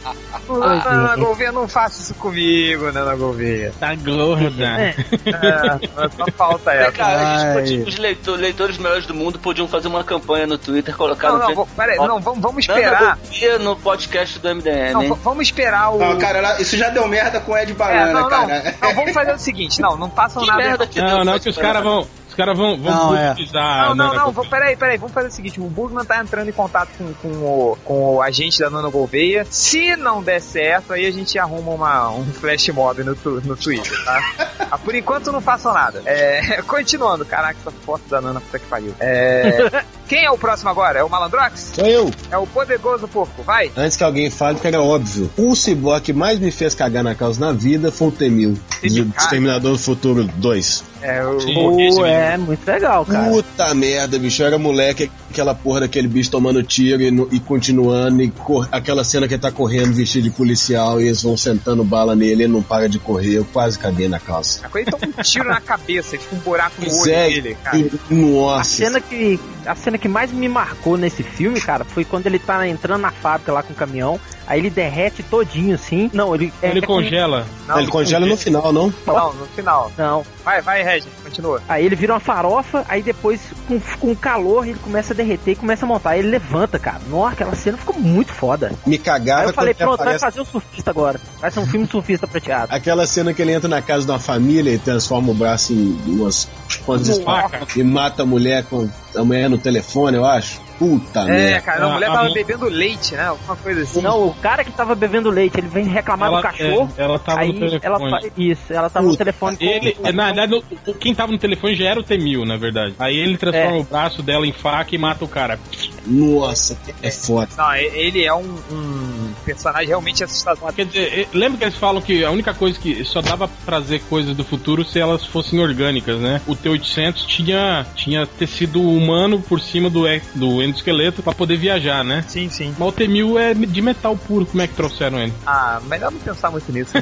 Nana
né?
Gouveia, não faça isso comigo, Nana Gouveia.
Tá gorda.
É, é, só falta
É,
essa.
cara, os, os leitor- leitores melhores do mundo podiam fazer uma campanha no Twitter, colocar
Não,
no
não,
Twitter-
vou- peraí,
Ó,
não, vamos- vamos
Nanda
esperar.
Gouveia né? no podcast do MDM.
Não,
hein?
v- vamos esperar o.
Não, cara, ela- isso já deu merda com o Ed
É,
Banana,
não, não,
cara.
não, vamos fazer o seguinte, não, não passam
Que
nada. então.
merda que
Não,
deu,
não,
pode
que os
esperar.
caras vão. Os caras vão, vão
Não, é.
Ah,
politizar.
Não,
né,
não,
né,
não, vou, peraí, peraí, vamos fazer o seguinte: o Bugman tá entrando em contato com, com, o, com o agente da Nano Gouveia. Se não der certo, aí a gente arruma uma, um flash mob no, tu- no Twitter, tá? Ah, por enquanto não façam nada. É, continuando, caraca, essa foto da Nana, puta que pariu. É, quem é o próximo agora? É o Malandrox?
Sou eu.
É o poderoso porco, vai!
Antes que alguém fale que era óbvio. O cyborg que mais me fez cagar na causa na vida foi o Temil.
Temil,
Do
cara.
Exterminador do Futuro 2.
É, o,
Pô, é muito legal, cara.
Puta merda, bicho. Eu era moleque, aquela porra daquele bicho tomando tiro e, no- e continuando. E cor- aquela cena que ele tá correndo vestido de policial e eles vão sentando bala nele e ele não para de correr. Eu quase caguei na calça.
a coisa toma um tiro na cabeça, tipo um buraco no
Pois
olho
é,
dele, cara.
Nossa.
A cena, que, a cena que mais me marcou nesse filme, cara, foi quando ele tá entrando na fábrica lá com o caminhão, aí ele derrete todinho, assim. Não, ele... é-
Ele congela.
Não,
ele congela no final, não?
Não, no final.
Não.
Vai, vai, Regis, continua.
Aí ele vira uma farofa, aí depois, com, com o calor, ele começa a derreter e começa a montar. Aí ele levanta, cara. Nossa, aquela cena ficou muito foda.
Me
Aí
cagava
eu falei,
quando ele
pronto, vai
aparece.
fazer um surfista agora. Vai ser um filme de surfista prateado.
Aquela cena que ele entra na casa de uma família e transforma o braço em umas pontas de
Uma
faca e mata a mulher com. da mulher no telefone, eu acho. Puta
É,
merda.
cara, a mulher tava bebendo leite, né? Alguma coisa assim.
Não, o cara que tava bebendo leite, ele vem reclamar
Ela-
do cachorro.
é, ela tava no
aí
telefone.
Ela fa- isso, ela tava no telefone com
Ele, é, na verdade, o- o- quem tava no telefone já era o T-1000, na verdade. Aí ele transforma
É.
o braço dela em faca e mata o cara.
Nossa, é foda.
Não, e- ele é um, um personagem realmente assustador.
Quer dizer, eh, lembra que eles falam que a única coisa que só dava pra fazer coisas do futuro se elas fossem orgânicas, né? O T-800 tinha, tinha tecido humano por cima do, ex- do endosqueleto pra poder viajar, né?
Sim, sim.
Mas o T-1000 é de metal puro, como é que trouxeram ele?
Ah, melhor não pensar muito nisso.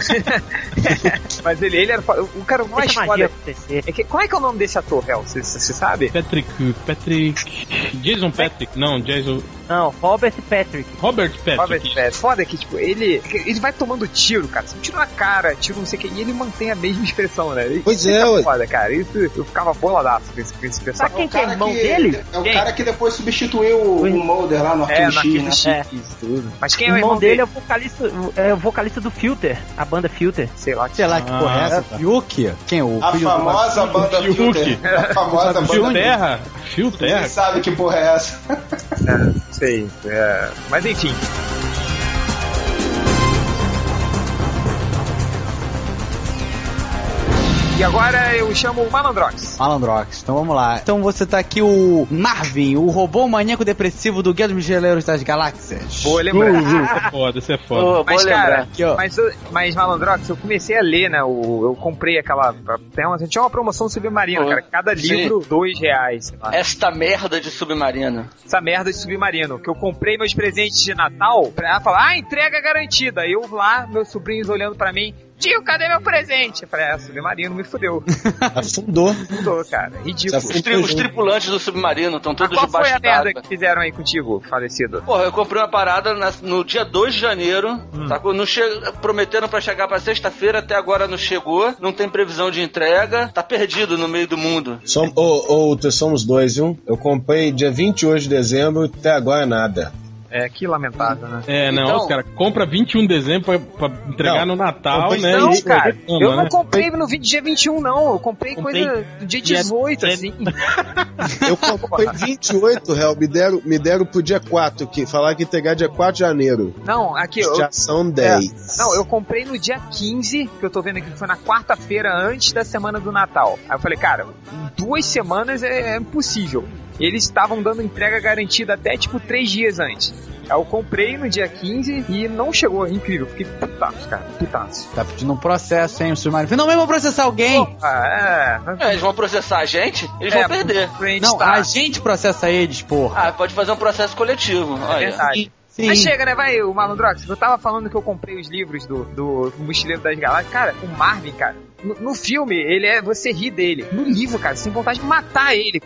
Mas ele, ele era. fo- O cara mais
Deixa a
foda.
magia
É
que, qual é que é o nome desse ator, Hel? Você sabe?
Patrick. Patrick. Jason Patrick. Não, Jason.
Não, Robert Patrick.
Robert Patrick.
Robert Pattinson. Foda É, que, tipo, ele, ele vai tomando tiro, cara. Você tira na cara, tira não sei o que, e ele mantém a mesma expressão, né? Pois isso
é,
tá
ué.
foda, cara. Isso, eu ficava boladaço com esse, com esse personagem.
um
é
o cara que- É o cara que depois substituiu o, o Mulder lá no
É,
Arquivo
no
X, né?
Arquivo X, tudo. Mas quem é
o
o
irmão dele é o
dele?
vocalista, é o vocalista do Filter, a banda Filter.
Sei lá,
Sei lá
Ah,
que porra é
tá.
essa? Fiuk? Quem é o
A
filho do
famosa
Basílio?
banda Filter. A famosa banda
Fio
Filter.
Terra. Fio
Quem
Terra.
sabe que porra é essa?
É, sei. é, mas enfim. E agora eu chamo o Malandrox.
Malandrox, então vamos lá. Então você tá aqui o Marvin, o robô maníaco depressivo do Guia dos Migeleros das Galáxias.
Boa lembrança.
Isso é foda, isso é foda.
mas, cara,
Aqui, ó.
mas, eu- mas Malandrox, eu comecei a ler, né? o- eu comprei aquela. Tem uma, tinha uma promoção submarina,
Uhum.
Pô,
cara. Cada
sim.
livro, dois reais. sei lá.
É,
Esta merda de submarino.
Essa merda de submarino. Que eu comprei meus presentes de Natal pra falar, ah, entrega garantida. Eu lá, meus sobrinhos olhando pra mim. Tio, cadê meu presente? Eu falei, ah, submarino me fudeu.
Afundou.
Mudou, cara. Ridículo.
Os, tri- os tripulantes do submarino estão todos
Qual foi
debaixo
a merda
d'água.
que fizeram aí contigo, falecido?
Porra, eu comprei uma parada na- no dia 2 de janeiro,
Hum.
sacou? Não che- prometeram pra chegar pra sexta-feira, até agora não chegou, não tem previsão de entrega, tá perdido no meio do mundo.
Som, ô, ô, tu- somos dois, viu? Eu comprei dia 28 de dezembro, até agora nada.
É, que lamentável, né?
É, não,
Então-
os cara, compra 21 de dezembro pra, pra entregar no Natal,
Pois
né?
Não,
E-
cara.
Reclama,
eu não
né?
comprei no vi- dia 21, não. Eu comprei,
Comprei
coisa do dia
dia-
18, assim.
Eu comprei 28, real, me deram, me deram pro dia 4, que falar que entregar dia 4 de janeiro.
Não, aqui. Eu,
Já são 10.
É. Não, eu comprei no dia 15, que eu tô vendo aqui que foi na quarta-feira antes da semana do Natal. Aí eu falei, cara, duas semanas é, é impossível. Eles estavam dando entrega garantida até tipo três dias antes. Aí eu comprei no dia 15 e não chegou. Incrível, fiquei putaço, cara. Putaço.
Tá pedindo um processo, hein, o submarino. Finalmente vão processar alguém!
Ah, é.
É, eles vão processar a gente, eles
É, tá.
vão perder. Tá.
Não, a gente processa eles, porra. É
Ah, pode fazer um processo coletivo. olha.
Verdade.
Sim.
Mas chega, né? Vai, o Malandrox. Eu tava falando que eu comprei os livros do, do Mochileiro das Galáxias. Cara, o Marvin, cara. No, no filme, ele é. Você ri dele. No livro, cara, você tem vontade de matar ele.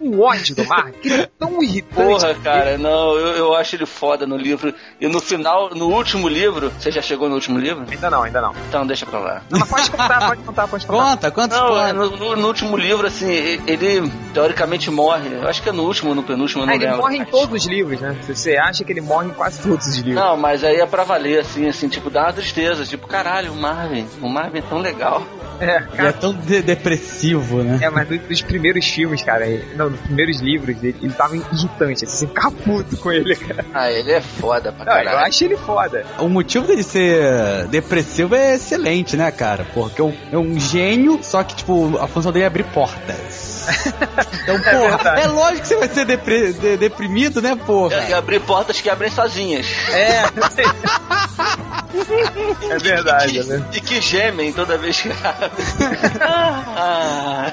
O ódio do Marvin. Que ele é tão irritante.
Porra, cara, não, eu, eu acho ele foda no livro. E no final, no último livro, você já chegou no último livro?
Ainda não, ainda não.
Então deixa pra lá.
Mas pode contar, pode contar, pode contar.
Conta, quantos
Não, é,
pontos?
no, no- no último livro, assim, e- ele teoricamente morre. Eu acho que é no último ou no penúltimo, eu não
Ah, ele
lembro.
morre em todos os livros, né? Você- Você acha que ele morre em quase todos os livros.
Não, mas aí é pra valer, assim, assim, tipo, dá uma tristeza. Tipo, caralho, o Marvin, o Marvin é tão legal.
É,
Ele é
cara.
tão de- depressivo, né?
É, mas nos, nos primeiros filmes, cara, ele- não, nos primeiros livros, ele, ele tava irritante, assim, você ficava puto com ele, cara.
Ah, ele é foda pra
Não, eu
caralho.
acho ele foda.
O motivo dele ser depressivo é excelente, né, cara? Porque é um, é um gênio, só que, tipo, a função dele é abrir portas. Então, porra,
verdade.
é, lógico que você vai ser depre- de- deprimido, né, porra?
E abrir portas que abrem sozinhas.
É, é verdade, né?
E que gemem toda vez que abrem. Ah.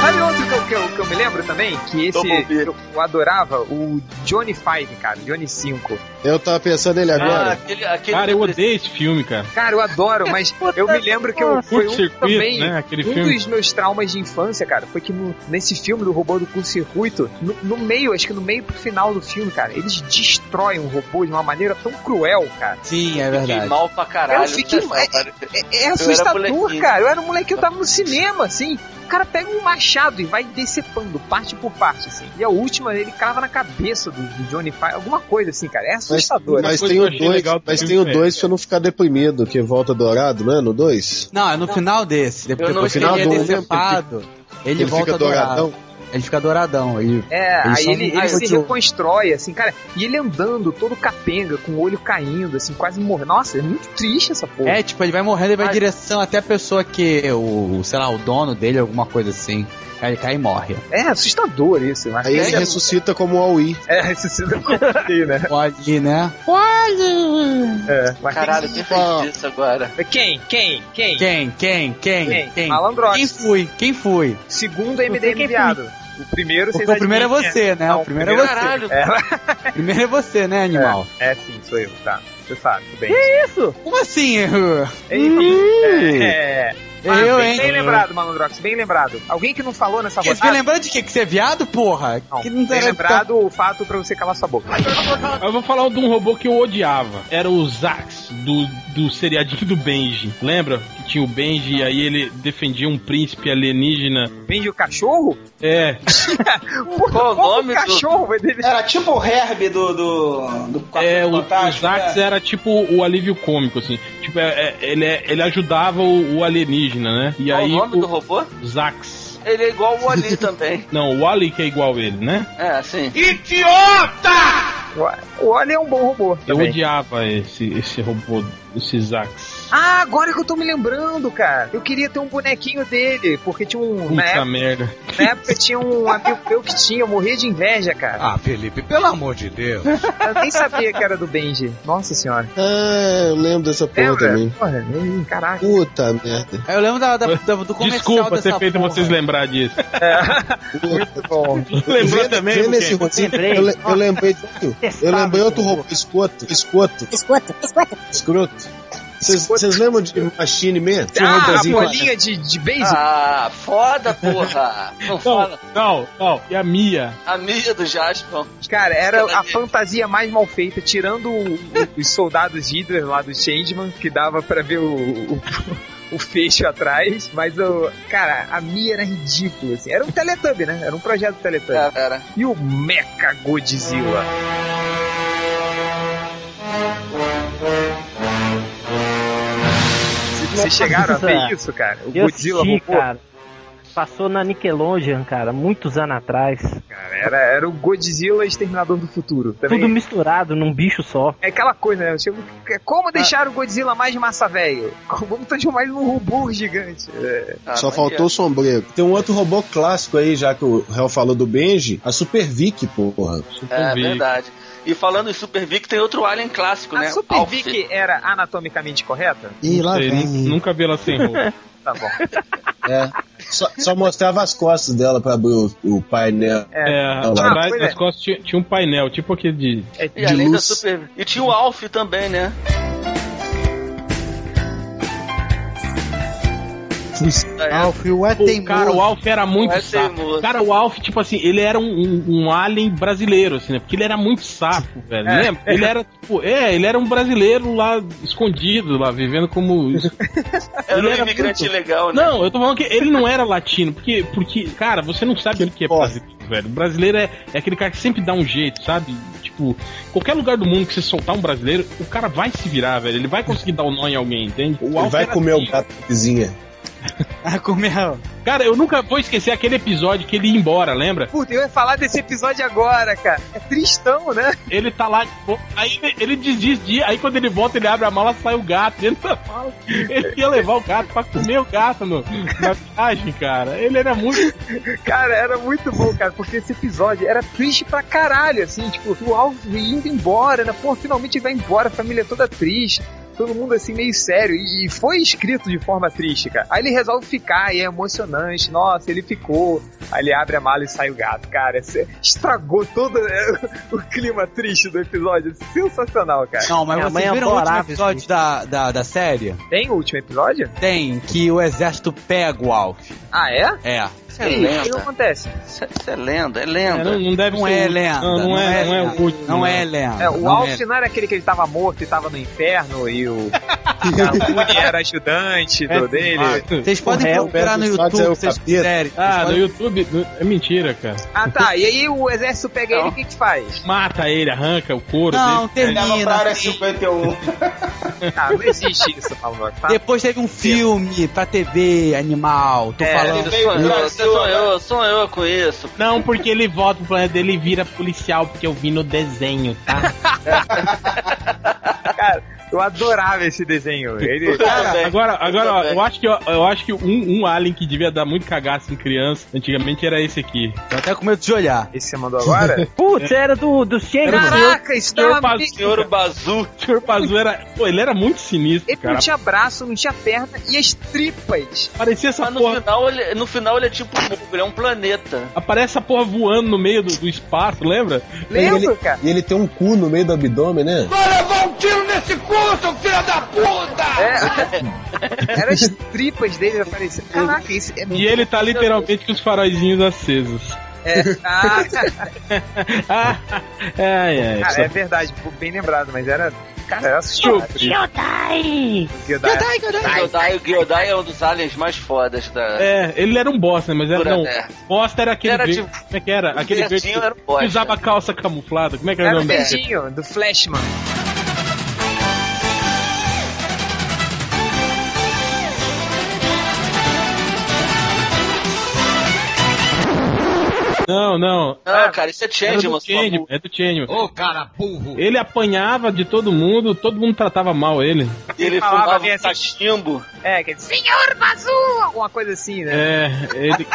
Sabe outro que eu, que eu- que eu me lembro também? Que esse
Tomou
eu, eu adorava, o Johnny 5, cara, Johnny 5.
Eu tava pensando nele
Ah,
agora.
aquele, aquele
Cara, eu odeio esse filme, cara.
Cara, eu adoro, mas eu me lembro que eu foi um
Curto-circuito,
também.
né, aquele
um
filme.
dos meus traumas de infância, cara, foi que no- nesse filme do robô do curto-circuito, no, no meio, acho que no meio pro final do filme, cara, eles destroem o robô de uma maneira tão cruel, cara.
Sim, é
Fiquei
verdade.
mal pra caralho. né,
Eu fiquei-
Nossa, cara.
tipo,
É, é
Eu era
assustador,
molequinho.
cara. Eu era um moleque, eu tava no cinema, assim. o cara pega um machado e vai decepando parte por parte, assim. E a última ele crava na cabeça do, do Johnny Five, alguma coisa assim, cara. É
Mas,
assustador.
mas tem o 2, mas tem o
é
dois pra eu não ficar deprimido, que volta dourado, não é? No 2?
Não, é no final desse. Depois,
Eu não
no final
entendi,
do
ele fica-
decepado, ele,
ele
volta
fica
douradão.
douradão?
Ele fica douradão. Ele, ele
É, aí
só
ele,
não-
ele se
continua.
reconstrói, assim, cara. E ele andando todo capenga, com o olho caindo, assim, quase morrendo. Nossa, é muito triste essa porra.
É, tipo, ele vai morrendo e vai em direção até a pessoa que, o, sei lá, o dono dele, alguma coisa assim. Aí ele cai e morre.
É assustador isso, mas
Aí ele ressuscita como o Aui.
É, ressuscita como o Aui, né?
Pode, né?
Olha! É, mas
Caralho,
tem
quem fez isso agora?
é Quem? Quem? Quem?
Quem? Quem? Quem?
Quem?
Quem?
Malandrox.
Quem fui? Quem fui?
Segundo MDM viado. O primeiro
é Porque
vocês
o primeiro é
adivinham quem
você, né?
Não,
o primeiro é você.
Caralho.
O primeiro é você, né, animal?
É, é, sim, sou eu, tá. Você sabe, tudo bem.
Que
É.
isso? Como assim?
Ah,
Enfim,
Ih.
é. Ah,
Eu,
bem,
hein?
bem lembrado, Malandrox, bem lembrado. Alguém que não falou nessa
Que,
rodada?
você lembrando de quê? Que você é viado, porra?
Não,
que
bem
era-
lembrado o fato pra você calar sua boca.
Eu vou falar de um robô que eu odiava. Era o Zax, do, do seriadinho do Benji. Lembra? Que tinha o Benji e aí ele defendia um príncipe alienígena.
Benji o cachorro?
É.
Porra,
Qual o nome do- É.
cachorro, vai dele.
Era tipo o Herb do. do, do
É, o, o
Fantástico,
Zax
né?
era tipo o alívio cômico, assim. Tipo, é- é- ele, é- ele ajudava o, o alienígena, né? E
Qual
aí.
o nome do robô?
Zax.
Ele é igual o Ali também.
Não, o Ali que é igual ele, né?
É, assim.
Idiota!
O Oli é um bom robô.
Eu
também.
odiava esse, esse robô, esse Zax.
Ah, agora que eu tô me lembrando, cara. Eu queria ter um bonequinho dele, porque tinha um. Na
Puta
época,
merda.
na época tinha um amigo meu que tinha, eu morria de inveja, cara.
Ah, Felipe, pelo amor de Deus.
Eu nem sabia que era do Benji. Nossa senhora.
Ah, eu lembro dessa porra
Lembra?
também.
Porra, ih, caraca.
Puta merda.
Eu lembro da, da- da- do comercial
Desculpa
dessa
ter feito
porra.
vocês lembrar disso.
Muito bom.
Lembrou
Vê-
também?
vê
Luquinha?
nesse roteiro.
Lembrei.
Eu, le- eu lembrei de outro. Eu lembrei outro robô. Escoto. Escoto.
Escuta, escuta.
Escroto. Vocês vocês lembram de Machine Man? Tinha um
Ah, a
robozinho lá.
bolinha de, de beisebol.
Ah, foda, porra! Não
Não,
fala.
não, não. E a Mia?
A mídia do Jaspion.
Cara, era a fantasia mais mal feita, tirando o- o- os soldados Hitler lá do Changeman, que dava pra ver o, o, o fecho atrás. Mas, o, cara, a Mia era ridícula, assim. Era um Teletubb, né? Era um projeto Teletubb.
É, era.
E o Mecha Godzilla. Vocês chegaram a ver isso, cara? O
Eu
Godzilla
assisti,
roubou.
cara. Passou na Nickelodeon, cara, muitos anos atrás.
Cara, Era, era o Godzilla Exterminador do Futuro. Também
Tudo misturado num bicho só.
É aquela coisa, né? Tipo, Como deixar o Godzilla mais massa velho? Vamos transformar ele num robô gigante. É.
Ah,
Só
mas
faltou o
é.
sombreiro. Tem um outro robô clássico aí, já que o réu falou do Benji, a Super Vic, porra.
É
Vic.
verdade. E falando em Super Vic, tem outro Alien clássico, né?
A Super
Alf.
Vic era anatomicamente correta?
Ih, lá
Sei,
vem.
nu- Nunca vi ela sem roupa.
Tá bom.
É. Só, só mostrava as costas dela pra abrir o, o painel.
É,
lá.
atrás
pois
das
é.
costas tinha, tinha um painel, tipo aquele de.
E
de
além da
luz.
Super E tinha o Alf também, né?
Alf, o é
Pô, cara, o
teimoso.
Alf era muito
Não é
sapo.
teimoso.
Cara, o Alf, tipo assim, ele era um, um, um alien brasileiro, assim, né? Porque ele era muito sapo, velho.
É.
Lembra? Ele era, tipo, é, ele era um brasileiro lá escondido, lá, vivendo como.
Era
Ele
um
era
imigrante
muito-
legal, né?
Não, eu tô falando que ele não era latino, porque, porque cara, você não sabe o que é brasileiro, velho. Brasileiro é, é aquele cara que sempre dá um jeito, sabe? Tipo, qualquer lugar do mundo que você soltar um brasileiro, o cara vai se virar, velho. Ele vai conseguir dar o nó em alguém, entende? O
Ele
Alf
vai
era
comer o
assim.
gato da vizinha.
Ah, comeu.
Cara, eu nunca vou esquecer aquele episódio que ele ia embora, lembra?
Puta, eu ia falar desse episódio agora, cara. É tristão, né?
Ele tá lá, tipo, aí ele- ele desiste, de ir, aí quando ele volta, ele abre a mala, sai o gato dentro da mala. Ele ia levar o gato pra comer o gato no, na viagem, cara. Ele era muito.
Cara, era muito bom, cara, porque esse episódio era triste pra caralho, assim, tipo, o Alf indo embora, né? Pô, finalmente ele vai embora, a família toda triste. Todo mundo assim meio sério, e e foi escrito de forma triste, cara. Aí ele resolve ficar, e é emocionante. Nossa, ele ficou. Aí ele abre a mala e sai o gato, cara. Isso Estragou todo é, o clima triste do episódio. Sensacional, cara.
Não, mas
Minha mãe
vocês viram o último
adorava
episódio
isso.
da, da, da série?
Tem o último episódio?
Tem, que o exército pega o Alf.
Ah, é?
É.
Isso é
E aí, O que
lenda.
acontece?
Isso é- isso é lenda, é
É, não,
lenda.
não deve
Não
ser.
é
o-
lenda.
Não, não, é, não é o último.
Não é lenda.
É, o
não
Alf
é.
não era aquele que ele tava morto e tava no inferno e Brasil. a Muni era ajudante
É,
do, dele.
Vocês podem procurar no YouTube se vocês quiserem.
Ah,
Vocês
no YouTube? no- É mentira, cara.
Ah tá, e aí o exército pega ele e o que que faz?
Mata ele, arranca o couro
Não,
dele.
termina. Leva pra área
51.
Ah, não existe isso, Paulo. Tá?
Depois teve um filme pra TV animal. Tô
É,
falando.
Sonhou, sonhou, sonhou com isso.
Não, porque ele volta pro planeta dele e vira policial, porque eu vi no desenho, tá?
Cara, eu adorava esse desenho. Ele...
Cara, agora, agora ó, eu acho que, ó, eu acho que um, um alien que devia dar muito cagaço em criança antigamente era esse aqui.
Tô até com medo de olhar.
Esse você mandou agora?
Putz, é, era do, do Shang
Caraca, é isso dá uma
Bazu.
briga.
Senhor Bazu.
O senhor Bazu era. Pô, ele era muito sinistro,
Ele
cara.
não tinha braço, não tinha perna e as tripas.
Parecia essa
Mas no
porra.
final, ele, no final ele é tipo um ogro, ele é um planeta.
Aparece essa porra voando no meio do, do espaço, lembra?
Lembro,
ele-
cara.
E ele tem um cu no meio do abdômen, né?
Vai levar um tiro nesse cu, seu filho da puta!
Era as tripas dele aparecendo. Caraca, isso é muito.
E ele tá literalmente com os faróizinhos acesos. Ah,
É, ah,
ai, ai.
cara, é verdade, bem lembrado, mas era. Cara, era assustador.
Kyodai!
Jedi.
Gildai, o Gildai é um dos aliens mais fodas da.
É, ele era um bosta, né? Mas era
Pura
não.
terra.
Bosta era aquele
é. Era
verde.
de-
Como é que era? Aquele verde
verdinho era um
que
bosta.
usava calça camuflada. Como é que era o
Era o
nome dele?
beijinho do Flashman.
Não, não.
Não, cara, isso é
Era do
Changeman, sua
Changeman,
puta.
é do Changeman.
Ô, cara burro!
Ele apanhava de todo mundo, todo mundo tratava mal ele.
Ele
falava
fumava
bem
um
assim.
cachimbo.
É, que ele, Senhor Bazu! Alguma coisa assim, né?
É, ele.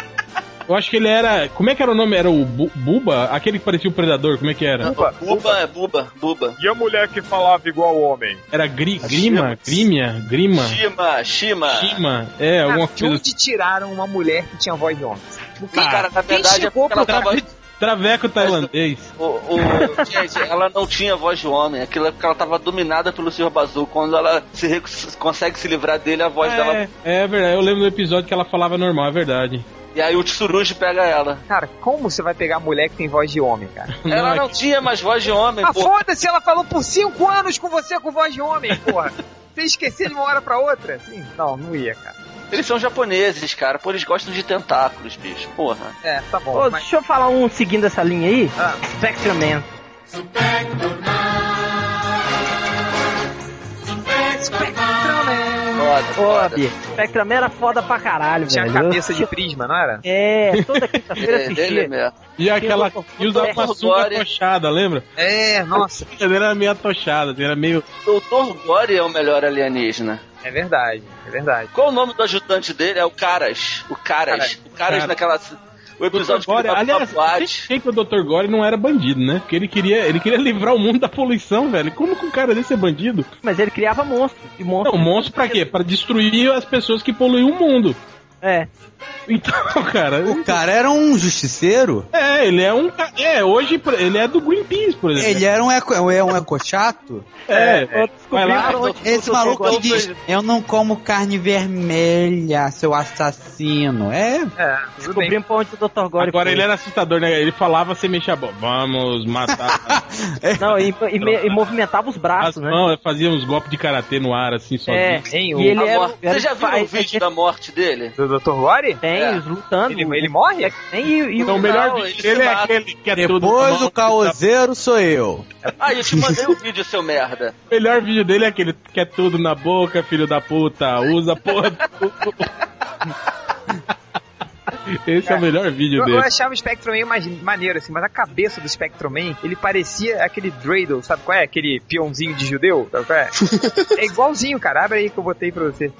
Eu acho que ele era. Como é que era o nome? Era o Bu- Buba? Aquele que parecia o Predador, como é que era?
Buba.
Buba, é buba, buba.
E a mulher que falava igual homem?
Era gri, Grima? Grimia? Grima?
Shima, Shima.
Shima? É,
Ah,
alguma
de
coisa.
onde tiraram uma mulher que tinha voz de homem?
Sim, cara, na
Quem
verdade é
chegou
porque ela
pro-
tava.
Traveco tailandês.
O, o- gente, ela não tinha voz de homem. Aquilo é porque ela tava dominada pelo Sr. Bazu. Quando ela se recu- consegue se livrar dele, a voz dela.
É, é verdade, eu lembro do episódio que ela falava normal, é verdade.
E aí o Tsurugi pega ela.
Cara, como você vai pegar mulher que tem voz de homem, cara?
Ela
Não,
não tinha mais voz de homem,
Ah,
pô.
foda-se, ela falou por cinco anos com você com voz de homem, porra. Você esqueceu de uma hora pra outra? Sim, não, não ia, cara.
Eles são japoneses, cara. Pô, eles gostam de tentáculos, bicho. Porra.
É, tá bom.
Ô,
mas-
deixa eu falar um seguindo essa linha aí.
Ah.
Spectrum Man.
Foda,
Ô,
foda.
Bi, Spectrum Man era foda pra caralho,
Tinha
velho.
cabeça de prisma, não era?
É, toda
Ele
quinta-feira
é dele
assistia.
mesmo.
E aquela que usava uma sunga
Gore.
tochada, lembra?
É, nossa,
Ele era meio atochada, ele era meio.
Doutor Gore é o melhor alienígena.
é verdade, é verdade.
Qual o nome do ajudante dele? É o Caras. O Caras. O Caras
Cara.
naquela. O episódio
Dr.
que ele
Gore,
vai pra
aliás, eu
boate.
sei que o Dr. Gore não era bandido, né? Porque ele queria, ele queria livrar o mundo da poluição, velho. Como que um cara desse é bandido? é-
Mas ele criava monstros. E monstros.
Não, monstro pra quê? Pra destruir as pessoas que poluem o mundo.
É.
Então, cara.
O cara era um justiceiro.
É, ele é um. ca- É, hoje por- ele é do Greenpeace, por exemplo.
Ele era um eco, é um eco chato.
é, vai
Ah,
lá.
Descobriram onde
Esse
o
maluco
negócio-
que diz: Eu não como carne vermelha, seu assassino. É.
É, tudo bem.
Descobrimos pra um onde o Dr. Gore
Agora
foi.
ele era assustador, né? Ele falava sem mexer a boca. Vamos matar
Não, e, e me- e movimentava os
é- as
braços, né?
mãos, fazia uns golpes de karatê no ar, assim, sozinho.
É,
Tem
e
o
ele
A
era,
um
morte.
era
Vocês já
é
viram o vídeo da morte dele?
do Dr. Gore?
Tem,
É.
os lutando.
Ele, ele morre?
Tem, e, e
Então o
o-
melhor
Não,
vídeo
ele
dele
se
é
mata.
aquele que é todo
Depois
mal,
o caoseiro sou eu.
Ah, eu te mandei o vídeo, seu merda.
O melhor vídeo dele é aquele que é tudo na boca, filho da puta, usa porra do cu. Esse é o melhor vídeo
Eu, eu
dele.
achava o Spectrum Man mais maneiro, assim, mas a cabeça do Spectrum Man, ele parecia aquele Dreidel, sabe qual é? Aquele peãozinho de judeu, sabe qual é? é igualzinho, cara. Abre aí que eu botei pra você.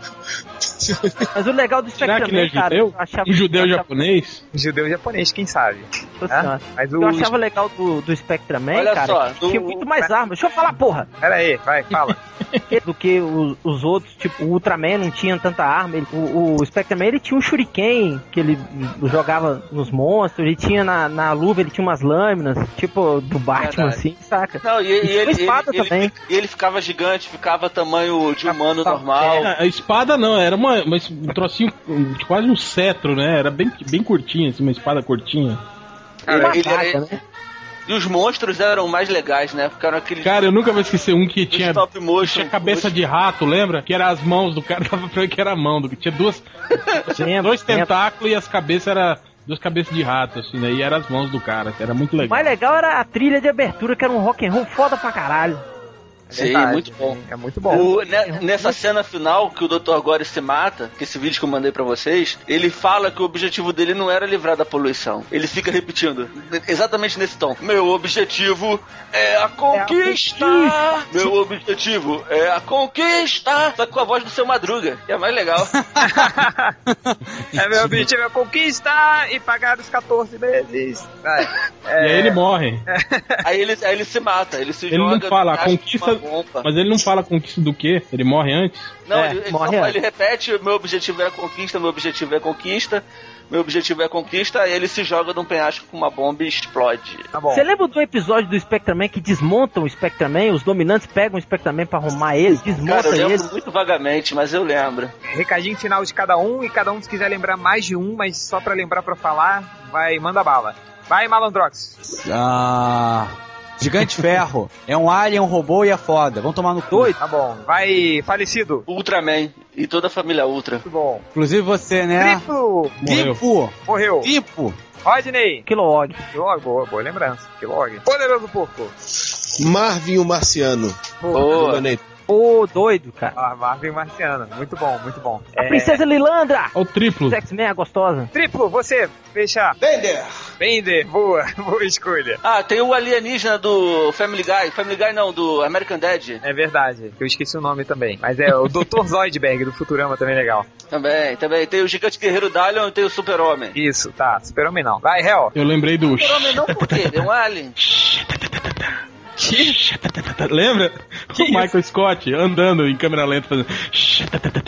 mas o legal do
Será que
Spectrum
ele é
Man, cara,
judeu?
eu achava,
Um judeu
eu achava,
japonês?
Judeu japonês, quem sabe?
Nossa
Ah,
Senhora.
mas o.
Eu achava legal do, do Spectrum Man,
É? Olha
cara,
só,
que
do-
tinha muito mais armas. Deixa eu falar, porra,
Pera aí, vai, fala.
do que o- os outros, tipo, o Ultraman não tinha tanta arma. Ele- o, o Spectrum Man, ele tinha um shuriken que ele jogava nos monstros, ele tinha na, na luva, ele tinha umas lâminas, tipo, do Batman,
Verdade.
assim, saca?
Não, e, e
tinha
ele, ele,
espada
ele-
também.
e ele ficava gigante, ficava tamanho de humano
tá-
normal.
A a espada não, era uma, uma- um trocinho, um- quase um cetro, né? Era bem, bem curtinha, assim, uma espada curtinha.
Ele, ele
Uma
era-
vaca, né?
e E os monstros eram mais legais, né? Ficaram aqueles.
Cara, eu nunca vou esquecer um que tinha,
stop motion,
tinha cabeça de rato, lembra? Que era as mãos do cara, dava pra ver que era a mão do que tinha duas tinha dois tentáculos e as cabeças era duas cabeças de rato assim, né? E eram as mãos do cara, era muito
O
legal.
mais legal era a trilha de abertura, que era um rock and roll foda pra caralho.
Sim, muito bom.
É muito
O- ne- nessa cena final que o Dr. Gore se mata, que esse vídeo que eu mandei pra vocês, ele fala que o objetivo dele não era livrar da poluição. Ele fica repetindo, n- exatamente nesse tom. Meu objetivo é a conquista!
É
Meu objetivo é a conquista! Só que com a voz do seu Madruga, que é mais legal.
É meu objetivo é conquistar e pagar os 14 meses. Vai. É,
E aí ele morre.
aí, ele, aí ele se mata, ele se
Ele
joga.
não fala
no
a
casco de uma
conquista,
bomba.
mas ele não fala a conquista do quê? Ele morre antes?
Não, ele, ele só fala- ele repete: meu objetivo é a conquista, meu objetivo é a conquista, meu objetivo é a conquista, aí ele se joga num penhasco com uma bomba e explode. Tá
Você lembra do episódio do Spectraman que desmontam o Spectraman? Os dominantes pegam o Spectraman pra arrumar ele,
Cara,
desmontam
eu
ele.
lembro muito vagamente, mas eu lembro.
Recadinho final de cada um e cada um se quiser lembrar mais de um, mas só pra lembrar pra falar, vai, manda bala. Vai, Malandrox.
Ah. Gigante Ferro. É um alien, um robô e é foda. Vamos tomar no cu.
Tá bom. Vai, falecido.
Ultraman e toda a família Ultra.
Muito bom.
Inclusive você, né?
Triplo.
Grifo.
Morreu.
Tipo.
Grifo.
Rodney.
Kilowog.
Kilowog, boa, boa lembrança. Kilowog. Poderoso Porco.
Marvin o Marciano.
Boa.
Boa.
Ô, doido, cara.
Ah, Marvin Marciano. Muito bom, muito bom.
É.
A princesa Lilandra!
Olha o triplo.
X-Men é gostosa.
Triplo, você, fechar.
Bender.
Bender, boa, boa escolha.
Ah, tem o alienígena do Family Guy. Family Guy não, do American Dad.
É verdade, eu esqueci o nome também. Mas é o Dr. Zoidberg do Futurama também é legal.
Também, também. Tem o Gigante Guerreiro Dalion e tem o Super-Homem.
Isso, tá. Super-Homem não. Vai, Hel.
Eu lembrei do
Super-Homem não por quê? Ele é um alien.
Lembra? o Michael Scott andando em câmera lenta fazendo.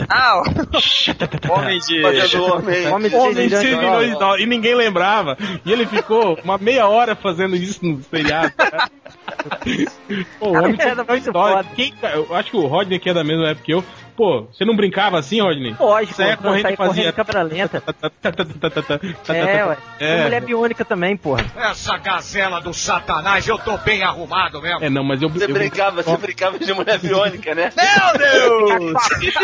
Ah, o- Homem de...
Fazendo homem.
Homem de
Homem de
6
6 milhões de dólares. E ninguém lembrava. E ele ficou uma meia hora fazendo isso no seriado. cara. Pô, o homem de 6
Era
milhões de
muito
dólares.
foda.
Quem, ca- eu acho que o Rodney aqui é da mesma época que eu. Pô, você não brincava assim, Rodney?
Lógico,
Saia correndo e
sair correndo
fazia-
em câmera lenta. É, ué. Tem
É.
Mulher biônica também, porra.
Essa gazela do satanás, eu tô bem arrumado mesmo.
É, não, mas eu.
Você
eu
brincava, você brincava de mulher biônica, né?
"Ah,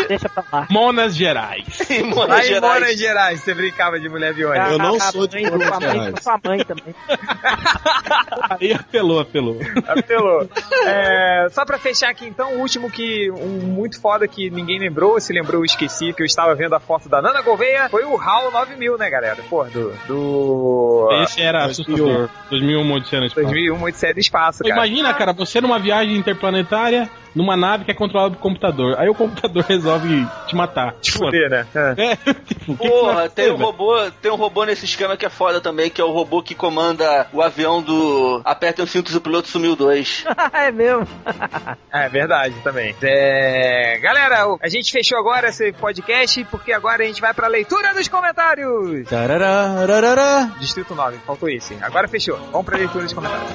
Deixa pra lá.
Monas Gerais.
Em Minas
Lá em
Gerais.
Minas Gerais, você brincava de mulher biônica.
Eu não
A- a
sou de
mãe do-
Minas
a mãe
Gerais.
do- sua mãe também.
Aí apelou, apelou.
Apelou. É, só pra fechar aqui então, o último que um muito foda que ninguém lembrou, se lembrou, eu esqueci, que eu estava vendo a foto da Nana Gouveia, foi o HAL 9000, né, galera? Porra, do. do...
Esse era assustador. 2001 Odisseia no Espaço.
2001, Odisseia do Espaço,
Pô,
cara.
Imagina, cara, você numa viagem interplanetária, numa nave que é controlada por computador. Aí o computador resolve te matar.
Te fuder, né? É.
É, tipo, o que que vai
Porra,
fazer,
tem um
velho?
robô, tem um robô nesse esquema que é foda também, que é o robô que comanda o avião do Aperta os cintos e o piloto sumiu dois.
é mesmo.
É verdade também. É, galera, o- a gente fechou agora esse podcast porque agora a gente vai pra leitura dos comentários.
Tarará, rarará.
Distrito 9, faltou esse. Agora fechou. Vamos pra leitura dos comentários.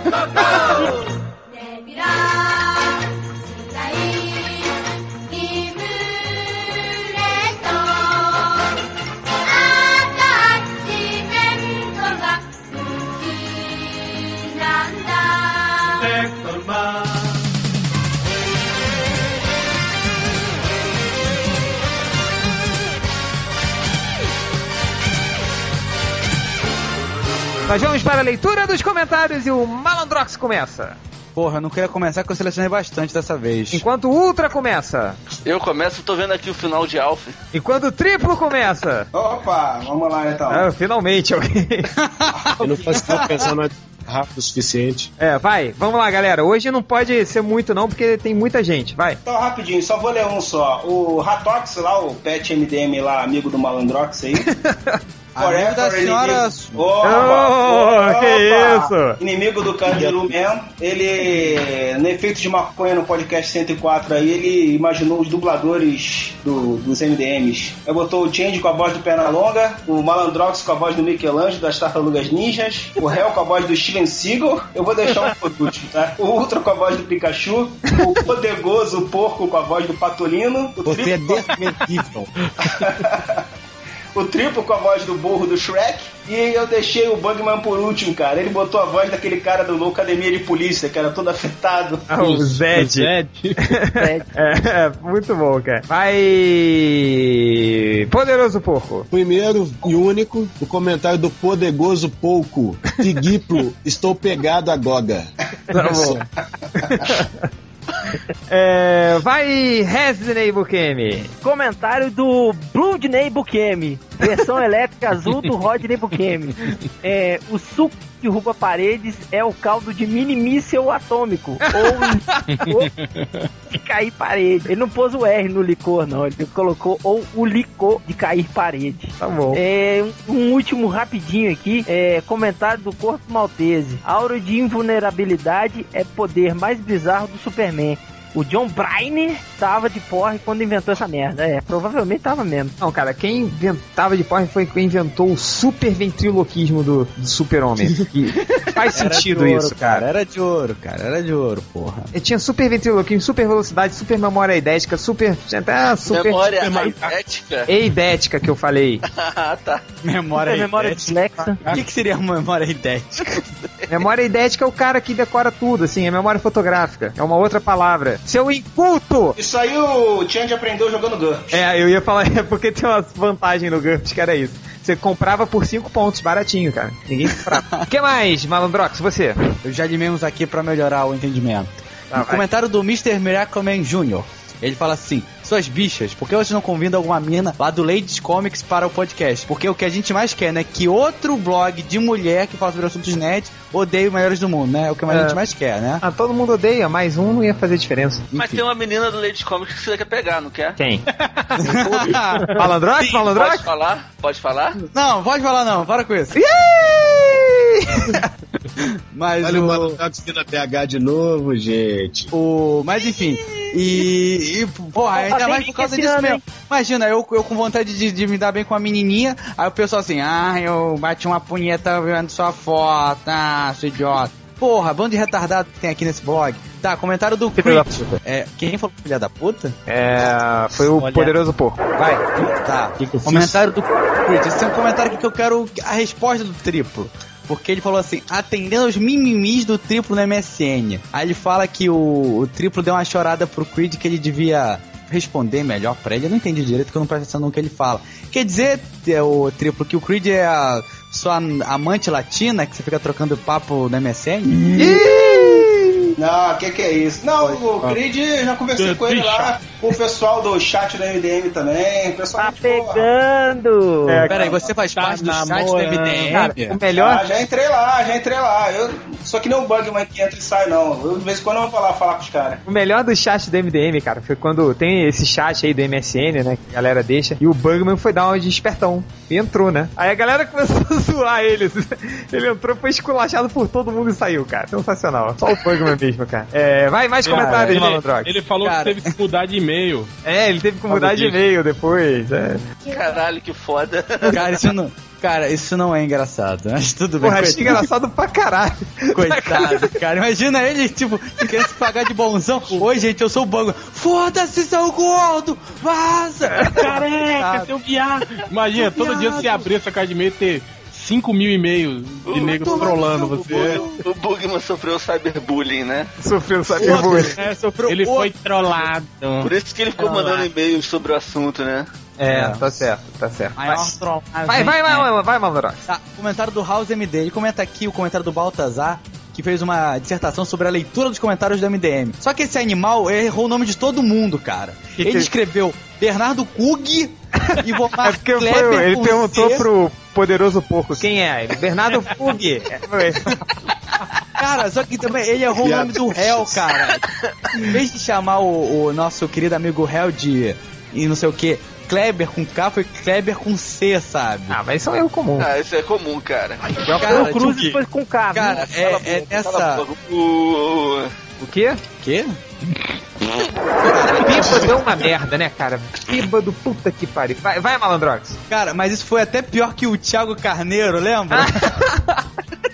Nós vamos para a leitura dos comentários e o Malandrox começa.
Porra, eu não queria começar que eu selecionei bastante dessa vez.
Enquanto o Ultra começa.
Eu começo, tô vendo aqui o final de Alpha.
Enquanto o Triplo começa.
Opa, vamos lá então.
Ah, finalmente alguém.
Eu não faço tempo pensar no rápido o suficiente.
É, vai. Vamos lá, galera. Hoje não pode ser muito não, porque tem muita gente. Vai.
Então, rapidinho, só vou ler um só. O Ratox lá, o Pet MDM lá, amigo do Malandrox aí.
Amigo da senhora-
Inimigo. Opa,
Oh, que
opa.
isso?
Inimigo do Candiru mesmo. Ele, no efeito de maconha no podcast 104 aí, ele imaginou os dubladores do- dos MDMs. Aí botou o Change com a voz do Pernalonga, o Malandrox com a voz do Michelangelo das Tartarugas Ninjas, o Hell com a voz do Steven Seagal. Eu vou deixar um por último, tá? O Ultra com a voz do Pikachu, o Poderoso Porco com a voz do Patolino, o
Você é
Triplo-
desmentível.
o triplo com a voz do burro do Shrek. E eu deixei o Bugman por último, cara. Ele botou a voz daquele cara do Louco Academia de Polícia, que era todo afetado.
Ah, o Zed. é, muito bom, cara. Vai. Poderoso Porco.
Primeiro e único, o comentário do Poderoso Pouco. Tigiplo, estou pegado a goga.
Tá bom. É, vai, Resident Bukemi.
Comentário do Bludney Bukemi. Versão elétrica azul do Rodney Bukemi. É, o suco que derruba paredes é o caldo de minimíssel atômico. Ou, ou de cair parede. Ele não pôs o R no licor, não. Ele colocou ou o licor de cair parede.
Tá bom.
É, um, um último rapidinho aqui. É, comentário do Corpo Maltese. Aura de invulnerabilidade é poder mais bizarro do Superman. O John Bryan tava de porre quando inventou essa merda. É, provavelmente tava mesmo.
Não, Então, cara, quem inventava de porra foi quem inventou o super ventriloquismo do, do super-homem. Que Faz
Era de
sentido
ouro,
isso, cara.
Era de ouro, cara. Era de ouro, porra.
Eu tinha super ventriloquismo, super velocidade, super memória idética, super. Tinha até super.
Memória
super-
idética.
Eidética que eu falei.
ah, tá.
Memória
memória
dislexa. O que, que seria uma memória idética?
Memória idética é o cara que decora tudo, assim, é memória fotográfica. É uma outra palavra. Seu inculto!
Isso aí o Change aprendeu jogando GURPS.
É, eu ia falar, é porque tem uma vantagem no GURPS que era isso. Você comprava por 5 pontos, baratinho, cara. Ninguém comprava. O que mais, Malandrox, você?
Eu já limemos aqui pra melhorar o entendimento.
Tá,
Um
vai.
comentário do Mr. Miracle Man Jr. Ele fala assim: suas bichas, por que vocês não convidam alguma mina lá do Ladies Comics para o podcast? Porque o que a gente mais quer, né? Que outro blog de mulher que fala sobre assuntos nerd odeie os maiores do mundo, né? É o que a
É.
gente mais quer, né?
Ah, todo mundo odeia, mais um não ia fazer diferença.
Mas tem uma menina do Lady Comics que você quer pegar, não quer?
Quem? Malandrox,
Pode
Malandrox?
falar? Pode falar?
Não, pode falar não, para com isso. Mas
Olha o
o-
Malandrox vindo a BH de novo, gente.
O... Mas enfim. E, e, porra, é ainda
Tá bem
mais
que
por causa
esse
disso
ano,
mesmo.
hein?
Imagina, eu, eu com vontade de, de me dar bem com a menininha, aí o pessoal assim, ah, eu bati uma punheta vendo sua foto, ah, seu idiota. Porra, bando de retardado que tem aqui nesse blog. Tá, comentário do
Filho da
Creep. É, quem falou filha da puta?
É. Foi o
Olha.
poderoso porco. Vai.
Tá. comentário do Creed. Esse é um comentário aqui que eu quero a resposta do triplo. Porque ele falou assim, atendendo aos mimimis do triplo no MSN. Aí ele fala que o, o triplo deu uma chorada pro Creed que ele devia responder melhor pra ele. Eu não entendi direito que eu não presto atenção no que ele fala. Quer dizer, é, o triplo, que o Creed é a sua amante latina que você fica trocando papo no MSN?
Não, que que é isso? Não, o Creed, eu já conversei com ele lá, com o pessoal do chat do MDM também, o pessoal...
Tá
muito boa.
pegando!
É,
Peraí, você faz
Tá
parte do chat do
Cara,
MDM?
o melhor.
Ah, já entrei lá, já entrei lá. Eu sou que nem o Bugman que entra e sai, não. Eu de vez em quando eu vou falar, falar com os caras.
O melhor do chat do MDM, cara, foi quando tem esse chat aí do MSN, né? Que a galera deixa. E o Bugman foi dar uma de espertão. E entrou, né? Aí a galera começou a zoar ele. Ele entrou, foi esculachado por todo mundo e saiu, cara. Sensacional. Só o Bugman mesmo, cara. É, vai, mais comentários, Malandrox.
ele falou
Cara.
que teve que mudar de e-mail.
É, ele teve que mudar de
disso.
e-mail depois. É.
Caralho, que foda.
Cara, isso não, cara, isso não é engraçado. Mas tudo bem. assim.
Porra,
coitado.
achei engraçado pra caralho.
Coitado, cara. Imagina ele, tipo, querendo se pagar de bonzão. Oi, gente, eu sou o Bango. Foda-se, seu gordo! Vaza!
Careca, seu viado. Imagina, todo dia você abrir essa caixa de e-mail e ter 5 mil e-mails de negros trolando você.
O, o Bugman sofreu cyberbullying, né?
Sofreu cyberbullying.
É, sofreu
Ele
outro.
foi trollado.
Por isso que ele ficou mandando e-mails sobre o assunto, né?
É, tá certo, tá certo.
Maior
Mas-
trollagem,
Vai, vai, vai,
É.
né?
vai, vai, Malandrox.
Tá, comentário do House MD. Ele comenta aqui o comentário do Baltazar, que fez uma dissertação sobre a leitura dos comentários do MDM. Só que esse animal errou o nome de todo mundo, cara.
Que que-
é
Ele escreveu Bernardo Kug e
É
Vomar
porque foi- ele perguntou pro poderoso porco quem é ele. Bernardo Fug. É, foi.
Cara, só que também ele errou o nome do réu, cara. Em vez de chamar o, o nosso querido amigo réu de. e não sei o que, Kleber com K, foi Kleber com C, sabe?
Ah, mas isso é um comum.
Ah, isso é comum, cara.
cara,
o Cruz
tipo,
foi com K. né?
cara,
viu?
é, é
Cala a
nessa.
boca. O-
O quê?
Quê?
Bíbado é uma merda, né, cara? Bíbado, puta que pariu. Vai, vai Malandrox.
Cara, mas isso foi até pior que o Thiago Carneiro, lembra?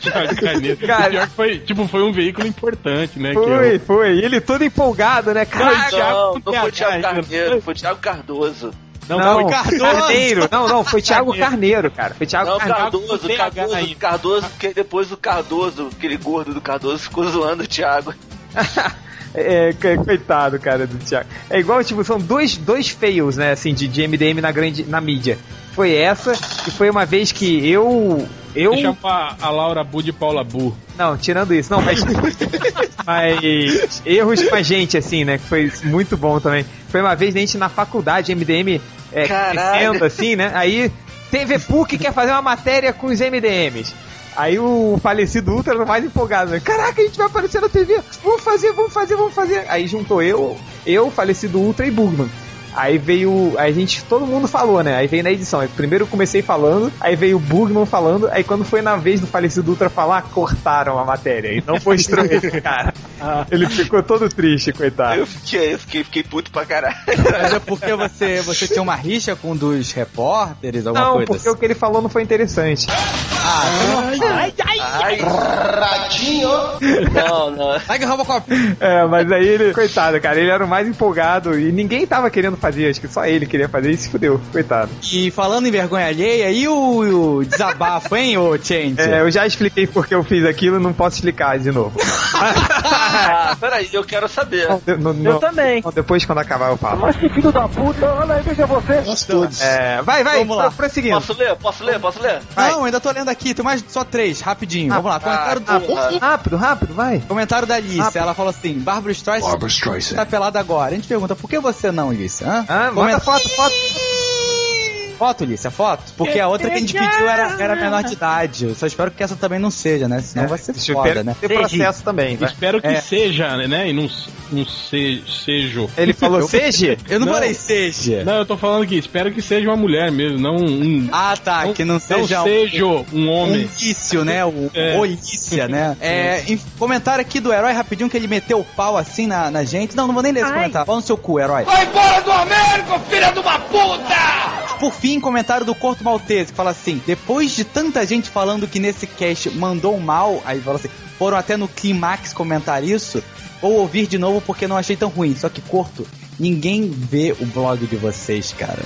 Thiago Carneiro.
Cara.
O pior que foi, tipo, foi um veículo importante, né?
Foi,
Que
foi. E ele todo empolgado, né, cara?
Não, não foi Thiago
Thiago
Carneiro, foi Thiago Cardoso.
Não, foi Cardoso. Carneiro. Não, não, foi Thiago Carneiro, cara. Foi Thiago
Não,
Carneiro.
Cardoso, Cardoso, Cardoso, porque depois o Cardoso, aquele gordo do Cardoso, ficou zoando o Thiago.
É, co- coitado, cara, do Thiago. É igual, tipo, são dois, dois fails, né, assim, de, de MDM na grande, na mídia. Foi essa, e foi uma vez que eu... Eu...
Você chama a Laura Bu de Paula Bu.
Não, tirando isso, não, mas. mas erros com a gente, assim, né? Que foi muito bom também. Foi uma vez a gente na faculdade, MDM é,
Caralho.
crescendo, assim, né? Aí TV PUC quer fazer uma matéria com os MDMs. Aí o falecido Ultra era o mais empolgado, né? Caraca, a gente vai aparecer na TV, vamos fazer, vamos fazer, vamos fazer. Aí juntou eu, eu, falecido Ultra e Bugman. Aí veio. Aí a gente. Todo mundo falou, né? Aí veio na edição. Aí primeiro eu comecei falando, aí veio o Bugman falando, aí quando foi na vez do falecido Ultra falar, cortaram a matéria. E não foi estranho, cara. Ele ficou todo triste, coitado.
Eu fiquei, eu fiquei, fiquei puto pra caralho.
Mas é porque você, você tinha uma rixa com um dos repórteres, alguma
Não,
coisa assim.
porque o que ele falou não foi interessante.
Ai, ai,
ai,
Ratinho!
Não, não.
Sai que rouba copo.
É, mas aí ele, coitado, cara, ele era o mais empolgado e ninguém tava querendo fazer, acho que só ele queria fazer e se fudeu, coitado.
E falando em vergonha alheia, e o, o desabafo, hein, ô Change?
É, eu já expliquei porque eu fiz aquilo, não posso explicar de novo.
Ah, peraí, eu quero saber.
Eu,
Eu também.
Depois, quando acabar, eu falo.
Mas que filho da puta, olha aí, veja você.
Nós todos.
É, vai, vai,
Vamos lá.
pro- prosseguindo.
Posso ler? Posso ler? Posso ler?
Não, ainda tô lendo aqui, tem mais só três, rapidinho. Vamos lá, comentário,
ah,
do,
porra.
Rápido, rápido, vai.
comentário da Alice.
Rápido.
Ela falou assim: Bárbara Streisand
Barbara Streisand.
tá pelada agora. A gente pergunta, por que você não, Alice? Hã?
Ah, manda
Comenta-
foto, foto.
Foto, Alice, a foto? Porque a outra que a gente pediu era, era menor de idade. Eu só espero que essa também não seja, né? Senão vai ser
Deixa eu
foda,
ter-
né?
ter processo também, vai.
Espero que
É.
seja, né? E não, não se, seja.
Ele falou, seja?
Eu não,
Não.
falei seja.
Não, eu tô falando que espero que seja uma mulher mesmo, não um.
Ah, tá, que não seja
não
um-
seja um homem.
Olício, né? O
É.
Olícia, né? É, em- comentário aqui do herói rapidinho que ele meteu o pau assim na, na gente. Não, não vou nem ler esse
Ai.
comentário. Fala no seu cu, herói.
Vai embora do Américo, filha de uma puta!
Por fim, comentário do Corto Maltese que fala assim: depois de tanta gente falando que nesse cast mandou mal, aí fala assim, foram até no climax comentar isso, ou ouvir de novo porque não achei tão ruim. Só que Corto, ninguém vê o blog de vocês, cara.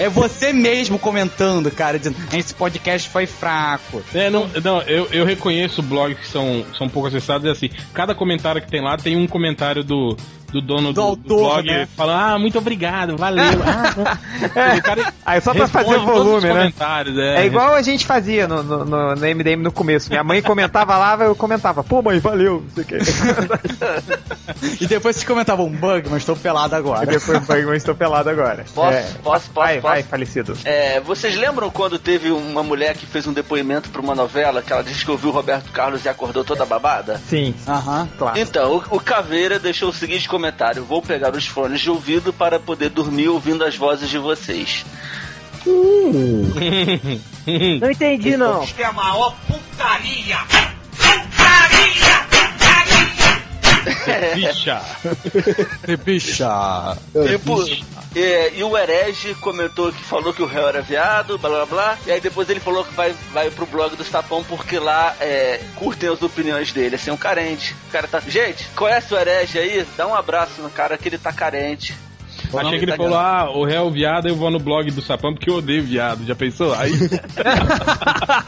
é você mesmo comentando, cara, dizendo: esse podcast foi fraco.
É, não, não eu, eu reconheço blogs que são, são pouco acessados, é assim, cada comentário que tem lá tem um comentário do, do dono do, do
autor,
blog
né?
falando, ah, muito obrigado, valeu. ah, não. O cara
É, Aí só pra
responde
fazer
todos os
volume, né?
comentários, é,
É igual a gente fazia no, no, no- no MDM no começo. Minha mãe comentava lá, eu comentava, pô mãe, valeu, não sei o que.
E depois vocês comentavam: bug, mas estou pelado
Aí
agora.
depois foi, mas estou pelado agora.
Posso,
É.
posso, posso,
Vai,
posso.
vai, falecido.
É, vocês lembram quando teve uma mulher que fez um depoimento pra uma novela que ela disse que ouviu o Roberto Carlos e acordou toda babada?
Sim,
Aham.
claro.
Então, o, o Caveira deixou o seguinte comentário: Vou pegar os fones de ouvido para poder dormir ouvindo as vozes de vocês.
Não entendi, não.
Que é a maior putaria! Putaria!
bicha.
Bicha.
Tipo, é, e o Herege comentou que falou que o réu era viado, blá blá blá. E aí depois ele falou que vai, vai pro blog do Sapão porque lá é, curtem as opiniões dele, assim, um carente. O cara tá. Gente, conhece o Herege aí? Dá um abraço no cara que ele tá carente.
Achei
tá
que ele falou, ah, o réu viado, eu vou no blog do sapão porque eu odeio viado, já pensou? Aí, "Ah,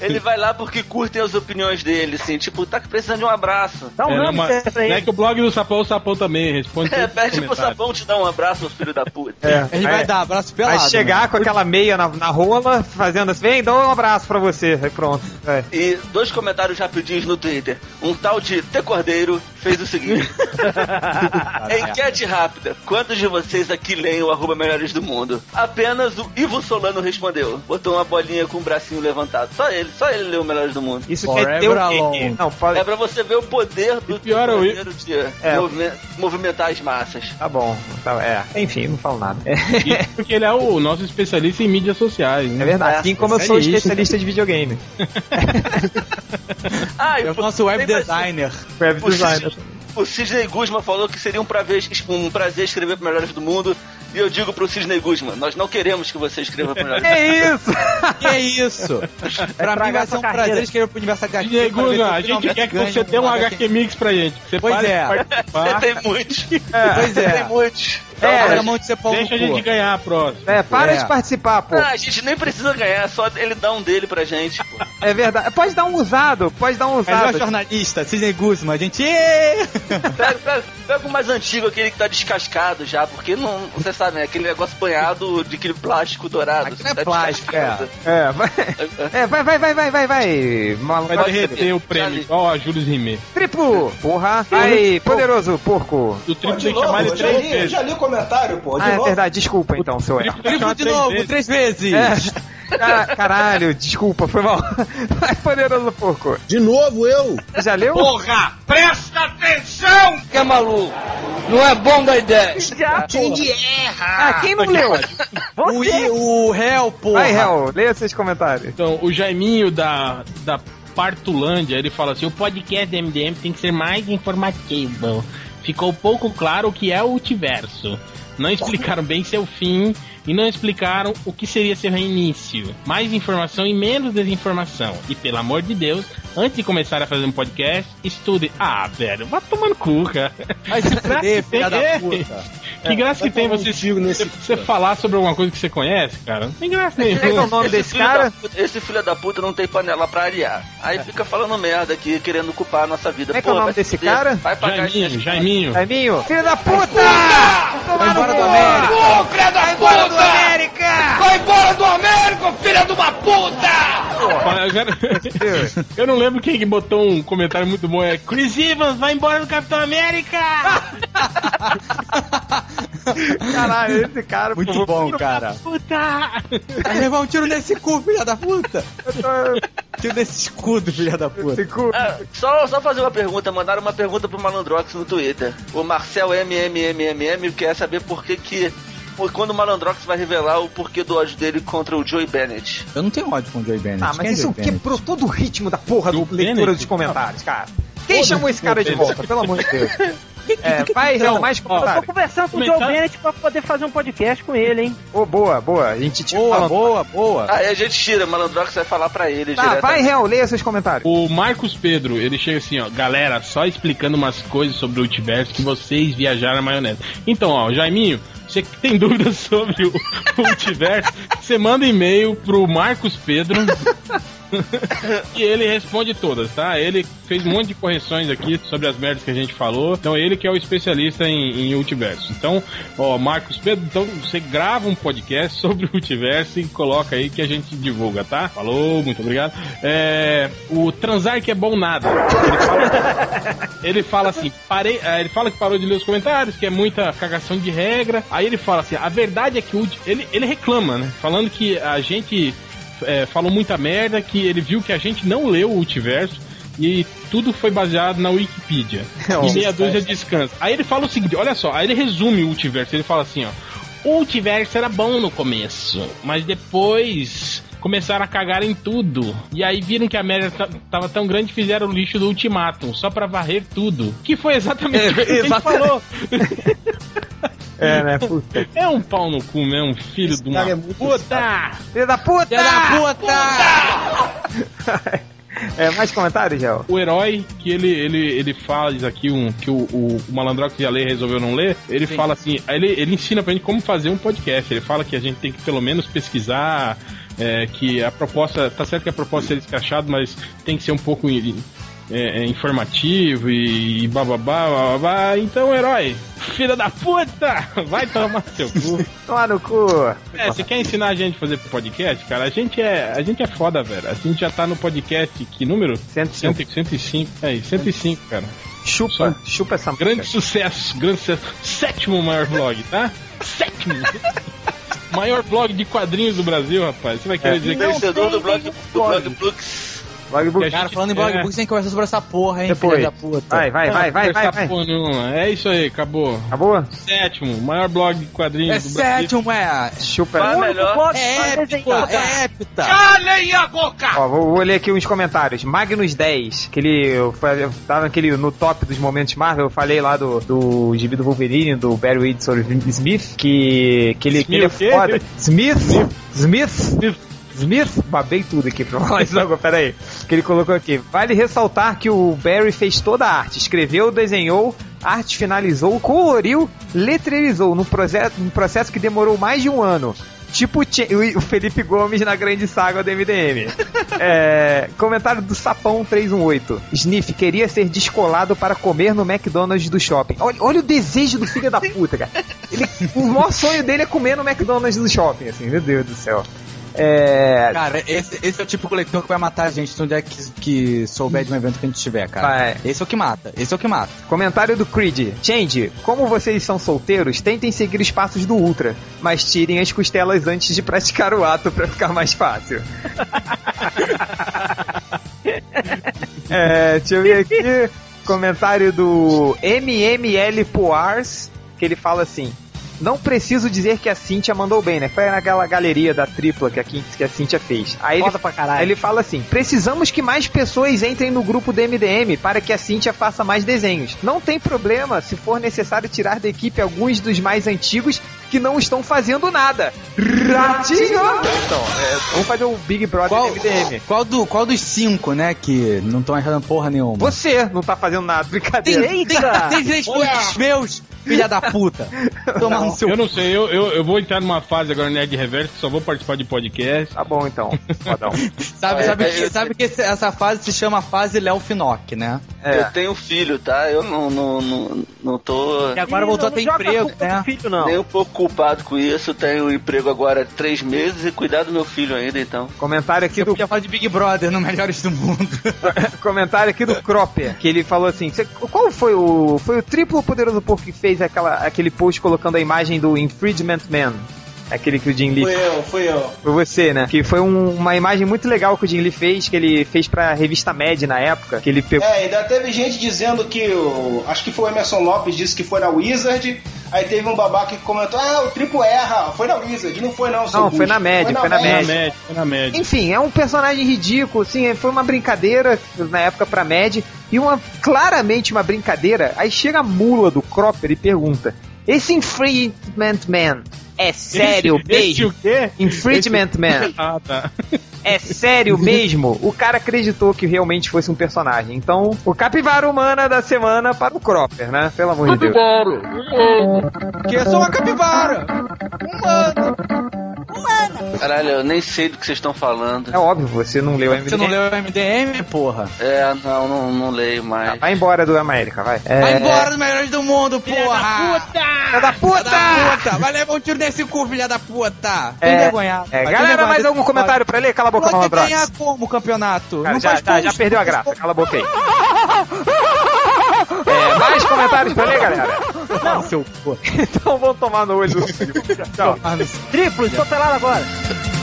Ele vai lá porque curtem as opiniões dele, assim, tipo, tá precisando de um abraço.
Dá um
é,
nome
não, mas-
certo aí.
não é que o blog do sapão, o sapão também responde
É,
todos os
pede pro
comentários.
Sapão te dar um abraço, meu filho da puta.
É.
Ele vai dar abraço pelado.
Vai chegar
né?
com aquela meia na, na rola, fazendo assim, vem, dou um abraço pra você. Aí pronto. É.
E dois comentários rapidinhos no Twitter. Um tal de T Cordeiro fez o seguinte: Enquete rápida. Quantos de vocês aqui leem o arroba melhores do mundo? Apenas o Ivo Solano respondeu. Botou uma bolinha com o bracinho levantado. Só ele, só ele leu o melhores do mundo.
Isso
Forever
quer ter o quê?
alone.
Não, pode...
É pra você ver o poder do
E pior é o
Cordeiro de
É.
movi- movimentar as massas.
Tá bom. Tá- é. Enfim, não falo nada. É,
Isso porque ele é o nosso especialista em mídias sociais, né?
verdade. Assim como eu sou especialista de videogame.
Ah,
É
e
o
pô,
nosso web
tem mais-
designer.
Web
O
designer.
Sidney- O Sidney Guzman falou que seria um prazer, um prazer escrever para Melhores do Mundo. E eu digo pro Sidney Guzman, nós não queremos que você escreva para Melhores do Mundo.
É isso! É
Que isso? pra mim vai ser um prazer escrever pro universo
Tá
HQ.
DJ
pra ver se eu
Guga, a gente
finalmente
quer que
ganho
você dê um
HQ.
HQ Mix pra gente. que Você
Pois
pare
é.
de
Você
participar.
tem muitos.
Pois
Você tem
é.
muitos. Então,
É,
cara,
a mão de ser pau no cu. É, para de
participar, pô.
Ah, a gente nem precisa ganhar, só ele dá um dele pra gente, pô.
É verdade. Pode dar um usado, pode dar um usado.
Melhor jornalista, Sidney é Guzman, a gente. Ê!
Pega, pega, pega o mais antigo, aquele que tá descascado já, porque não. Você sabe, né? Aquele negócio banhado de aquele plástico dourado. Aquilo é
plástico, É, vai, é, vai, vai, vai, vai, vai, vai. Maluco.
Vai derreter o prêmio, igual a Júlio Rimei.
Triplo! Porra! Aí, poderoso porco!
Pô,
O triplo
de
tem que
novo,
chamar ele
eu já
três
li, eu
vezes.
já li o comentário, pô. De
Ah, é
novo.
verdade, desculpa então, seu erro.
Triplo de novo,
três vezes!
É. Cara- Caralho, desculpa, foi mal. Vai, poderoso porco!
De novo eu?
Já leu?
Porra! Presta atenção! Que é maluco? Não é bom da ideia!
Já,
Quem erra?
Ah, quem não leu?
O,
o réu, porra.
Vai, réu, leia esses comentários.
Então, o Jaiminho da, da Partulândia, ele fala assim, o podcast do MDM tem que ser mais informativo. Ficou pouco claro o que é o multiverso. Não explicaram bem seu fim e não explicaram o que seria seu reinício. Mais informação e menos desinformação. E pelo amor de Deus, antes de começar a fazer um podcast, estude. Ah, velho, vai tomar no cu, cara.
Vai se
graça
fuder,
que
filha
tem-
da
é.
puta.
Que graça que tem
um
você, você, você falar sobre alguma coisa que você conhece, cara? Não tem graça
é
nenhuma.
filho da puta- esse filho da puta não tem panela pra arear. Aí fica falando merda aqui, querendo culpar a nossa vida.
Como é que é o
Pô,
nome
vai
desse
se fuder.
cara?
Vai pagar
Jaiminho, Jaiminho.
Jaiminho, filho da puta!
Vai embora do América! Vai embora do América! Vai embora do América, filha de uma puta!
Fala, é cara, Eu não lembro quem que botou um comentário muito bom. É Chris Evans, vai embora do Capitão América!
Ah!
Caralho, esse cara...
Muito
pô,
bom,
filho
cara.
da
Puta!
Vai levar um tiro nesse cu, filha da puta! Tiro nesse escudo, filha da puta!
Ah, só, só fazer uma pergunta, mandaram uma pergunta pro Malandrox no Twitter. O Marcel MMMMM quer saber por que que. por- Quando o Malandrox vai revelar o porquê do ódio dele contra o Joey Bennett.
Eu não tenho ódio com o Joey Bennett.
Ah,
Quem é
mas isso
Joey Bennett?
quebrou todo o ritmo da porra da leitura
Bennett?
dos comentários, cara. Quem chamou esse cara de
Bennett.
volta, pelo amor de Deus? É, vai, Real, mais
Então, Eu tô
comentários.
conversando com o Joe
Comentário?
Bennett pra poder fazer um podcast com ele, hein?
Ô, boa, boa. A gente tinha
Boa,
falando-
boa, boa.
Tá.
Aí a gente tira, o Malandrox vai falar pra ele
Tá,
direto.
vai, Real, leia seus comentários.
O Marcos Pedro, ele chega assim, ó, galera, só explicando umas coisas sobre o multiverso que vocês viajaram na maionese. Então, ó, Jaiminho, você que tem dúvidas sobre o o multiverso, você manda e-mail pro Marcos Pedro e ele responde todas, tá? Ele fez um monte de correções aqui sobre as merdas que a gente falou. Então, ele que é o especialista em, em multiverso. Então, ó, Marcos Pedro, então você grava um podcast sobre o multiverso e coloca aí que a gente divulga, tá? Falou, muito obrigado. É, o transar que é bom nada. Ele fala, ele fala assim, parei, é, ele fala que parou de ler os comentários, que é muita cagação de regra. Aí ele fala assim, a verdade é que o, multi- ele, ele reclama, né? Falando que a gente é, falou muita merda, que ele viu que a gente não leu o multiverso e tudo foi baseado na Wikipedia. e meia dúzia descansa. Aí ele fala o seguinte, olha só, aí ele resume o multiverso, ele fala assim, ó. O multiverso era bom no começo, mas depois começaram a cagar em tudo. E aí viram que a merda ta- tava tão grande que fizeram o lixo do Ultimatum, só pra varrer tudo. Que foi exatamente o que a gente falou.
É, né? Puta.
É um pau no cu, né? Um filho de uma
cara é muito
puta!
Filho da puta!
Filha da puta!
É, mais comentários, Real?
O herói que ele, ele, ele faz aqui, um, que o, o, o Malandrox já lê e resolveu não ler, ele fala assim, ele, ele ensina pra gente como fazer um podcast. Ele fala que a gente tem que pelo menos pesquisar, é, que a proposta, tá certo que a proposta é descachada, mas tem que ser um pouco in- é, é, informativo e, e bababá, bababá. Então, herói, filha da puta, vai tomar seu cu.
Toma no cu.
É, você quer ensinar a gente a fazer podcast, cara? A gente é, a gente é foda, velho. A gente já tá no podcast, que número?
105.
105. 105, aí, 105, cara.
Chupa, chupa essa
Grande
merda.
sucesso, grande sucesso. Sétimo maior blog, tá? Sétimo! maior blog de quadrinhos do Brasil, rapaz. Você vai
É.
querer dizer que
Vencedor do blog, do blog Plux.
Logbook.
a gente-
Cara, falando em blog
é.
book, você tem que conversar sobre essa porra, hein,
Depois.
filha da puta.
Vai, vai, vai, vai, vai, vai.
Porra nenhuma. É isso aí, acabou.
Acabou?
Sétimo, maior blog de quadrinhos
É
do Brasil.
sétimo,
Tá
é.
Chupa
Vai,
essa
melhor.
É épita, é épita.
Calem a
Tá.
boca!
Ó, vou, vou ler aqui uns comentários. Magnus 10, que ele eu, fa- eu tava naquele, no top dos momentos Marvel, eu falei lá do, do gibi do Wolverine, do Barry Wade sobre o Smith, que, que, ele, que ele é
Smith o quê?
foda. Smith? Smith? Smith? Babei tudo aqui pra falar isso agora, peraí. Que ele colocou aqui. Vale ressaltar que o Barry fez toda a arte, escreveu, desenhou, arte finalizou, coloriu, letreirizou num processo, num um processo que demorou mais de um ano. Tipo o Che- o Felipe Gomes na grande saga do MDM. É, comentário do Sapão 318. Sniff queria ser descolado para comer no McDonald's do shopping. Olha, olha o desejo do filho da puta, cara. Ele- o maior sonho dele é comer no McDonald's do shopping, assim, meu Deus do céu. É.
Cara, esse, esse é o tipo de coletor que vai matar a gente onde é que, que souber de um evento que a gente tiver, cara. Esse é o que mata, esse é o que mata.
Comentário do Creed. Change, como vocês são solteiros, tentem seguir os passos do Ultra, mas tirem as costelas antes de praticar o ato pra ficar mais fácil. é, deixa eu ver aqui. Comentário do MML Poars, que ele fala assim. Não preciso dizer que a Cintia mandou bem, né? Foi naquela galeria da tripla que a, Quin- que a Cintia fez. Aí ele, aí ele fala assim: precisamos que mais pessoas entrem no grupo do MDM para que a Cintia faça mais desenhos. Não tem problema se for necessário tirar da equipe alguns dos mais antigos que não estão fazendo nada. Ratinho! Então, é, vamos fazer o Big Brother
Qual,
do MDM.
qual, do, qual dos cinco, né, que não estão achando porra nenhuma?
Você não tá fazendo nada, brincadeira.
Tem, tem, tem três pontos meus, filha da puta. Tomar no Então, seu
Eu não sei, eu, eu, eu vou entrar numa fase agora Nerd Reverso que só vou participar de podcast.
Tá bom então,
É,
Sabe, sabe, que, sabe que esse- essa fase se chama fase Léo Finock, né?
Eu tenho filho, tá? Eu não, não, não, não tô.
E agora voltou a ter emprego, né?
Nem um pouco culpado com isso. Tenho um emprego agora há três meses e cuidar do meu filho ainda, então.
Comentário aqui do.
Podia falar de Big Brother no Melhores do Mundo.
Comentário aqui do Cropper, que ele falou assim: "Cê- qual foi o. Foi o triplo poderoso porco que fez aquela, aquele post colocando a imagem do Infringement Man? Aquele que o Jim Lee.
Fui eu, fui eu.
Foi você, né? Que foi um- uma imagem muito legal que o Jim Lee fez, que ele fez pra revista Mad na época, que ele pegou.
É, ainda teve gente dizendo que o. Acho que foi o Emerson Lopes disse que foi na Wizard. Aí teve um babaca que comentou: Ah, o triplo erra. Foi na Wizard. Não foi,
É,
não, seu
Não,
bucho.
foi na Mad, foi na
Mad.
Mad.
Foi na média.
Enfim, é um personagem ridículo, assim, foi uma brincadeira na época pra Mad, e uma claramente uma brincadeira, aí chega a mula do Cropper e pergunta: Esse Infringement Man é sério
Esse- esse
mesmo?
o quê?
Infringement
Esse-
Man.
Ah, tá.
É sério mesmo? O cara acreditou que realmente fosse um personagem. Então, o capivara humana da semana para o Cropper, né? Pelo amor de Deus.
Porque eu sou uma capivara!
Caralho, eu nem sei do que vocês estão falando.
É óbvio, você não leu o MDM.
Você não leu o MDM, porra?
É, não, não, não leio mais.
Vai embora do América, vai.
Vai
É,
embora dos Melhores do Mundo, porra!
Filha da puta!
Filha da puta! Vai levar um tiro nesse cu, filha da puta! Tem
É,
vergonhado.
é, galera, mais algum comentário pra ler? Cala a boca,
Pode
malandro.
ganhar como o campeonato?
Cara,
Não
já,
faz
tá, já
pontos.
perdeu a graça, cala a boca aí. É, mais comentários pra ler, galera?
Não, seu cu.
Então vão tomar no olho. Tchau.
Ah, não
Triplo, estou pelado agora.